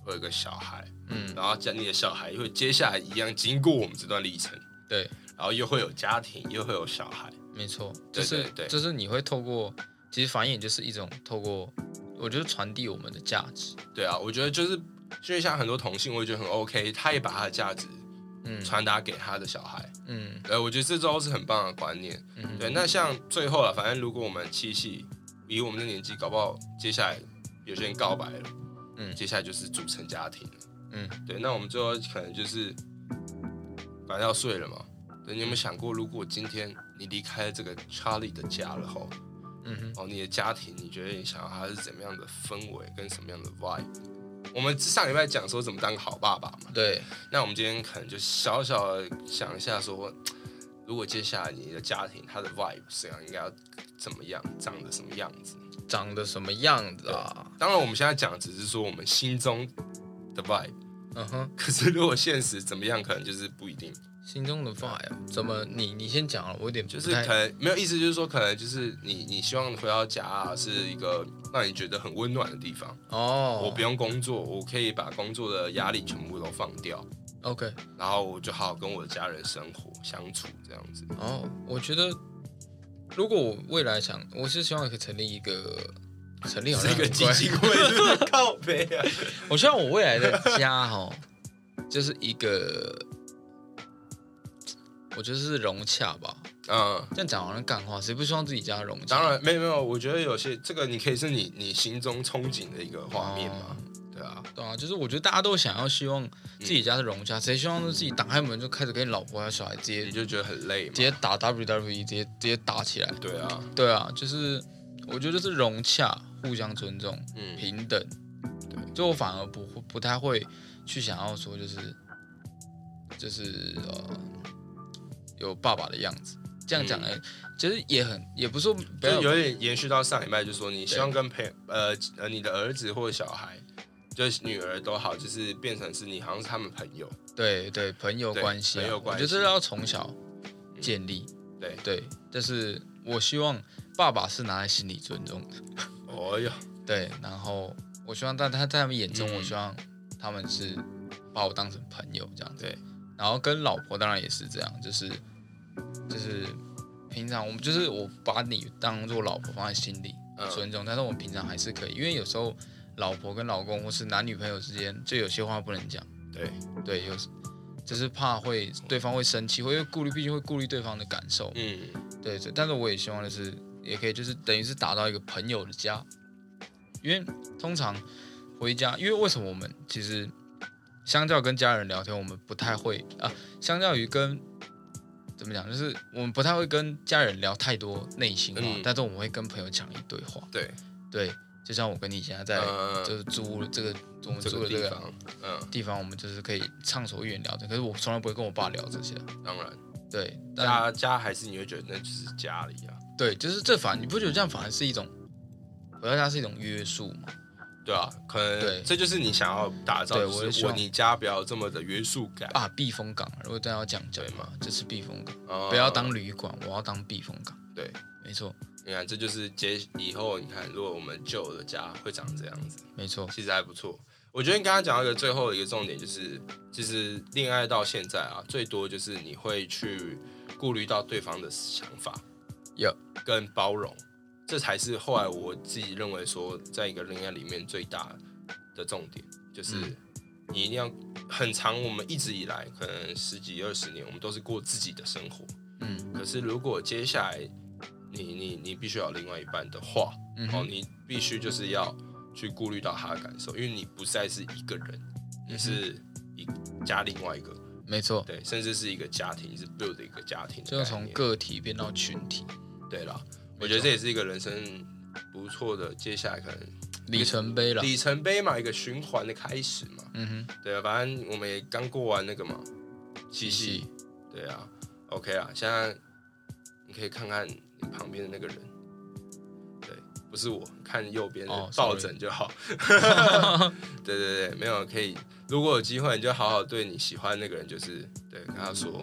[SPEAKER 2] 会有个小孩，
[SPEAKER 3] 嗯，
[SPEAKER 2] 然后家你的小孩会接下来一样经过我们这段历程，
[SPEAKER 3] 对，
[SPEAKER 2] 然后又会有家庭，又会有小孩。
[SPEAKER 3] 没错，就
[SPEAKER 2] 对
[SPEAKER 3] 是
[SPEAKER 2] 对对
[SPEAKER 3] 就是你会透过，其实繁衍就是一种透过，我觉得传递我们的价值。
[SPEAKER 2] 对啊，我觉得就是，因为像很多同性，我也觉得很 OK，他也把他的价值
[SPEAKER 3] 嗯
[SPEAKER 2] 传达给他的小孩。
[SPEAKER 3] 嗯
[SPEAKER 2] 对，呃我觉得这都是很棒的观念。
[SPEAKER 3] 嗯哼，
[SPEAKER 2] 对，那像最后了，反正如果我们七夕以我们的年纪，搞不好接下来有些人告白了，
[SPEAKER 3] 嗯
[SPEAKER 2] 接下来就是组成家庭了。
[SPEAKER 3] 嗯，
[SPEAKER 2] 对，那我们最后可能就是反正要睡了嘛。对，你有没有想过，如果今天你离开了这个查理的家了后，
[SPEAKER 3] 嗯哼，
[SPEAKER 2] 哦，你的家庭，你觉得你想要它是怎么样的氛围跟什么样的 vibe？我们上礼拜讲说怎么当个好爸爸嘛，
[SPEAKER 3] 对，
[SPEAKER 2] 那我们今天可能就小小的想一下说，如果接下来你的家庭它的 vibe 是要应该要怎么样，长得什么样子？
[SPEAKER 3] 长得什么样子啊？
[SPEAKER 2] 当然，我们现在讲的只是说我们心中的 vibe， *laughs*
[SPEAKER 3] 嗯哼，
[SPEAKER 2] 可是如果现实怎么样，可能就是不一定，
[SPEAKER 3] 心中的 vibe 怎么你你先讲了，啊我有点
[SPEAKER 2] 就
[SPEAKER 3] 不
[SPEAKER 2] 是
[SPEAKER 3] 太
[SPEAKER 2] 可能没有意思，就是说可能就是你你希望回到家、啊、是一个让你觉得很温暖的地方，
[SPEAKER 3] 哦，
[SPEAKER 2] 我不用工作，我可以把工作的压力全部都放掉，
[SPEAKER 3] OK
[SPEAKER 2] 然后我就好好跟我的家人生活相处这样子。
[SPEAKER 3] 哦，我觉得如果我未来想，我是希望可以成立一个成立好像
[SPEAKER 2] 这个
[SPEAKER 3] 很
[SPEAKER 2] 基
[SPEAKER 3] 怪
[SPEAKER 2] 金会是不是靠背啊？
[SPEAKER 3] 我希望我未来的家哦，就是一个，我觉得是融洽吧。
[SPEAKER 2] *laughs* 嗯，
[SPEAKER 3] 这样讲好像干话，谁不希望自己家融洽？
[SPEAKER 2] 当然没有没有，我觉得有些这个你可以是你你心中憧憬的一个画面嘛，对啊，
[SPEAKER 3] 哦对啊，就是我觉得大家都想要希望自己家是融洽，谁希望自己打开门就开始跟老婆还有小孩直接直
[SPEAKER 2] 你就觉得很累嘛，
[SPEAKER 3] 接打 E，WWE，直接直接打起来？
[SPEAKER 2] 对啊，
[SPEAKER 3] 对啊，就是我觉得是融洽、互相尊重、
[SPEAKER 2] 嗯，
[SPEAKER 3] 平等。
[SPEAKER 2] 对，
[SPEAKER 3] 就我反而不会不太会去想要说就是就是呃有爸爸的样子。这样讲
[SPEAKER 2] 嗯
[SPEAKER 3] 呢，其实也很也不是说不
[SPEAKER 2] 就
[SPEAKER 3] 要
[SPEAKER 2] 有点延续到上礼拜，就说你希望跟朋呃呃你的儿子或者小孩，就是女儿都好，就是变成是你好像是他们朋友，
[SPEAKER 3] 对对朋友
[SPEAKER 2] 对
[SPEAKER 3] 关系、啊，
[SPEAKER 2] 朋友关系嗯
[SPEAKER 3] 我觉得这要从小建立。
[SPEAKER 2] 对
[SPEAKER 3] 对，但是我希望爸爸是拿在心里尊重的。
[SPEAKER 2] 哦哟，
[SPEAKER 3] 对，然后我希望在他在他们眼中，
[SPEAKER 2] 嗯
[SPEAKER 3] 我希望他们是把我当成朋友这样子。
[SPEAKER 2] 对，
[SPEAKER 3] 然后跟老婆当然也是这样，就是就是平常我们就是我把你当做老婆放在心里
[SPEAKER 2] 嗯
[SPEAKER 3] 尊重，但是我们平常还是可以，因为有时候老婆跟老公或是男女朋友之间，就有些话不能讲，
[SPEAKER 2] 对，
[SPEAKER 3] 对，有时就是怕会对方会生气，会顾虑，毕竟会顾虑对方的感受，
[SPEAKER 2] 嗯，
[SPEAKER 3] 对对，但是我也希望的是，也可以就是等于是打造一个朋友的家，因为通常回家，因为为什么我们其实相较跟家人聊天，我们不太会啊，相较于跟怎么讲，就是我们不太会跟家人聊太多内心话，
[SPEAKER 2] 嗯
[SPEAKER 3] 但是我们会跟朋友讲一堆话，
[SPEAKER 2] 对，
[SPEAKER 3] 对，就像我跟你现在在、
[SPEAKER 2] 呃
[SPEAKER 3] 就是租这个我们
[SPEAKER 2] 这
[SPEAKER 3] 租
[SPEAKER 2] 个
[SPEAKER 3] 的这
[SPEAKER 2] 地
[SPEAKER 3] 个
[SPEAKER 2] 方，嗯，
[SPEAKER 3] 地方，我们就是可以畅所欲言聊天，可是我从来不会跟我爸聊这些，
[SPEAKER 2] 当然，
[SPEAKER 3] 对，但
[SPEAKER 2] 家家还是你会觉得那就是家里啊，
[SPEAKER 3] 对，就是这反你不觉得这样反而是一种回到家是一种约束吗？
[SPEAKER 2] 对啊，可
[SPEAKER 3] 对
[SPEAKER 2] 能这就是你想要打造，
[SPEAKER 3] 对
[SPEAKER 2] 就
[SPEAKER 3] 我也希
[SPEAKER 2] 是我
[SPEAKER 3] 望
[SPEAKER 2] 你家不要这么的约束感，
[SPEAKER 3] 啊，避风港，如果真的要讲讲
[SPEAKER 2] 对
[SPEAKER 3] 嘛，就是避风港，
[SPEAKER 2] 不
[SPEAKER 3] 不要当旅馆，我要当避风港。
[SPEAKER 2] 对，
[SPEAKER 3] 没错，
[SPEAKER 2] 你看，这就是接以后你看，如果我们旧的家会长这样子，
[SPEAKER 3] 没错，
[SPEAKER 2] 其实还不错。我觉得你刚刚讲到一个最后一个重点，就是其实恋爱到现在啊，最多就是你会去顾虑到对方的想法，
[SPEAKER 3] 有
[SPEAKER 2] 跟包容，这才是后来我自己认为说，在一个恋爱里面最大的重点，就是
[SPEAKER 3] 嗯
[SPEAKER 2] 你一定要很长。我们一直以来可能十几二十年，我们都是过自己的生活，
[SPEAKER 3] 嗯
[SPEAKER 2] 可是如果接下来你你你必须要有另外一半的话，
[SPEAKER 3] 嗯
[SPEAKER 2] 哦，
[SPEAKER 3] 哼
[SPEAKER 2] 你必须就是要去顾虑到他的感受，因为你不再是一个人，
[SPEAKER 3] 嗯
[SPEAKER 2] 你是一加另外一个，
[SPEAKER 3] 没错，
[SPEAKER 2] 对，甚至是一个家庭，是 build 一个家庭的概
[SPEAKER 3] 就
[SPEAKER 2] 念，
[SPEAKER 3] 从个体变到群体，
[SPEAKER 2] 对了，
[SPEAKER 3] 错
[SPEAKER 2] 我觉得这也是一个人生不错的，接下来可能
[SPEAKER 3] 里程碑了。
[SPEAKER 2] 里程碑嘛，一个循环的开始嘛，
[SPEAKER 3] 嗯哼，
[SPEAKER 2] 对啊，反正我们也刚过完那个嘛，
[SPEAKER 3] 七
[SPEAKER 2] 七夕，
[SPEAKER 3] 夕，
[SPEAKER 2] 对啊，OK 啊，现在你可以看看你旁边的那个人，对，不是我，看右边
[SPEAKER 3] 哦
[SPEAKER 2] 的
[SPEAKER 3] ，sorry
[SPEAKER 2] 抱枕就好。 *laughs* 对对对，没有可以，如果有机会，你就好好对你喜欢那个人，就是对跟他说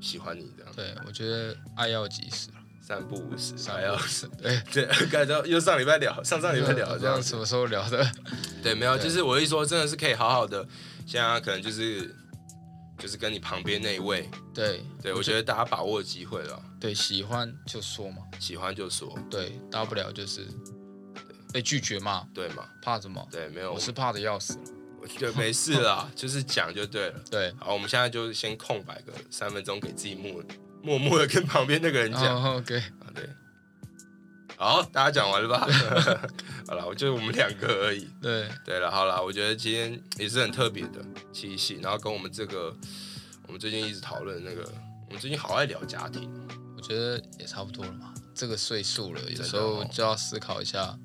[SPEAKER 2] 喜欢你这样，
[SPEAKER 3] 对我觉得爱要及时了，
[SPEAKER 2] 三不五时，
[SPEAKER 3] 三
[SPEAKER 2] 还要
[SPEAKER 3] 不五时
[SPEAKER 2] *laughs*
[SPEAKER 3] 对，
[SPEAKER 2] 对，感觉又上礼拜聊，上上礼拜聊
[SPEAKER 3] *laughs* 不知
[SPEAKER 2] 这
[SPEAKER 3] 道
[SPEAKER 2] 样
[SPEAKER 3] 什
[SPEAKER 2] 子。
[SPEAKER 3] 么时候聊的， *laughs*
[SPEAKER 2] 对，没有，
[SPEAKER 3] 对
[SPEAKER 2] 就是我一说，真的是可以好好的，现在可能就是就是跟你旁边那一位，
[SPEAKER 3] 对
[SPEAKER 2] 对我觉得大家把握机会了，
[SPEAKER 3] 对，喜欢就说嘛，
[SPEAKER 2] 喜欢就说，
[SPEAKER 3] 对，大不了就是被拒绝嘛，
[SPEAKER 2] 对嘛？
[SPEAKER 3] 怕什么？
[SPEAKER 2] 对，没有，
[SPEAKER 3] 我是怕的要死了，
[SPEAKER 2] 我就没事啦， *laughs* 就是讲就对了。
[SPEAKER 3] 对，
[SPEAKER 2] 好，我们现在就先空白个三分钟，给自己默默默的跟旁边那个人讲。
[SPEAKER 3] 然后哦 OK，
[SPEAKER 2] 啊，对。好，大家讲完了吧？ *laughs* 好了，我就我们两个而已。
[SPEAKER 3] 对，
[SPEAKER 2] 对了，好了，我觉得今天也是很特别的七夕，然后跟我们这个，我们最近一直讨论那个，我们最近好爱聊家庭，
[SPEAKER 3] 我觉得也差不多了嘛，这个岁数了，有
[SPEAKER 2] 的
[SPEAKER 3] 时候
[SPEAKER 2] 哦
[SPEAKER 3] 就要思考一下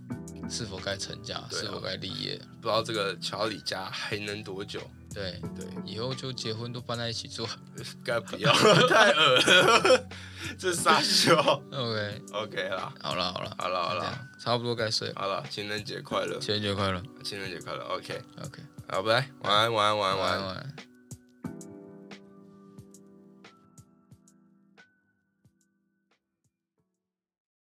[SPEAKER 3] 是否该成家，
[SPEAKER 2] 对啊
[SPEAKER 3] 是否该立业，
[SPEAKER 2] 不知道这个乔里家还能多久？
[SPEAKER 3] 对，
[SPEAKER 2] 对，
[SPEAKER 3] 以后就结婚都搬在一起住 *laughs*
[SPEAKER 2] 该不要 *laughs* 太恶了，这傻笑。
[SPEAKER 3] ，OK，
[SPEAKER 2] OK 啦，
[SPEAKER 3] 好了好了，
[SPEAKER 2] 好了好
[SPEAKER 3] 这
[SPEAKER 2] 了
[SPEAKER 3] 样差不多该睡了，
[SPEAKER 2] 好了，情人节快乐，
[SPEAKER 3] 情人节快乐
[SPEAKER 2] 情人节快乐。OK，
[SPEAKER 3] ，OK，
[SPEAKER 2] 好，拜，晚安晚安晚
[SPEAKER 3] 晚
[SPEAKER 2] 安晚
[SPEAKER 3] 安
[SPEAKER 2] 安
[SPEAKER 3] 晚。安。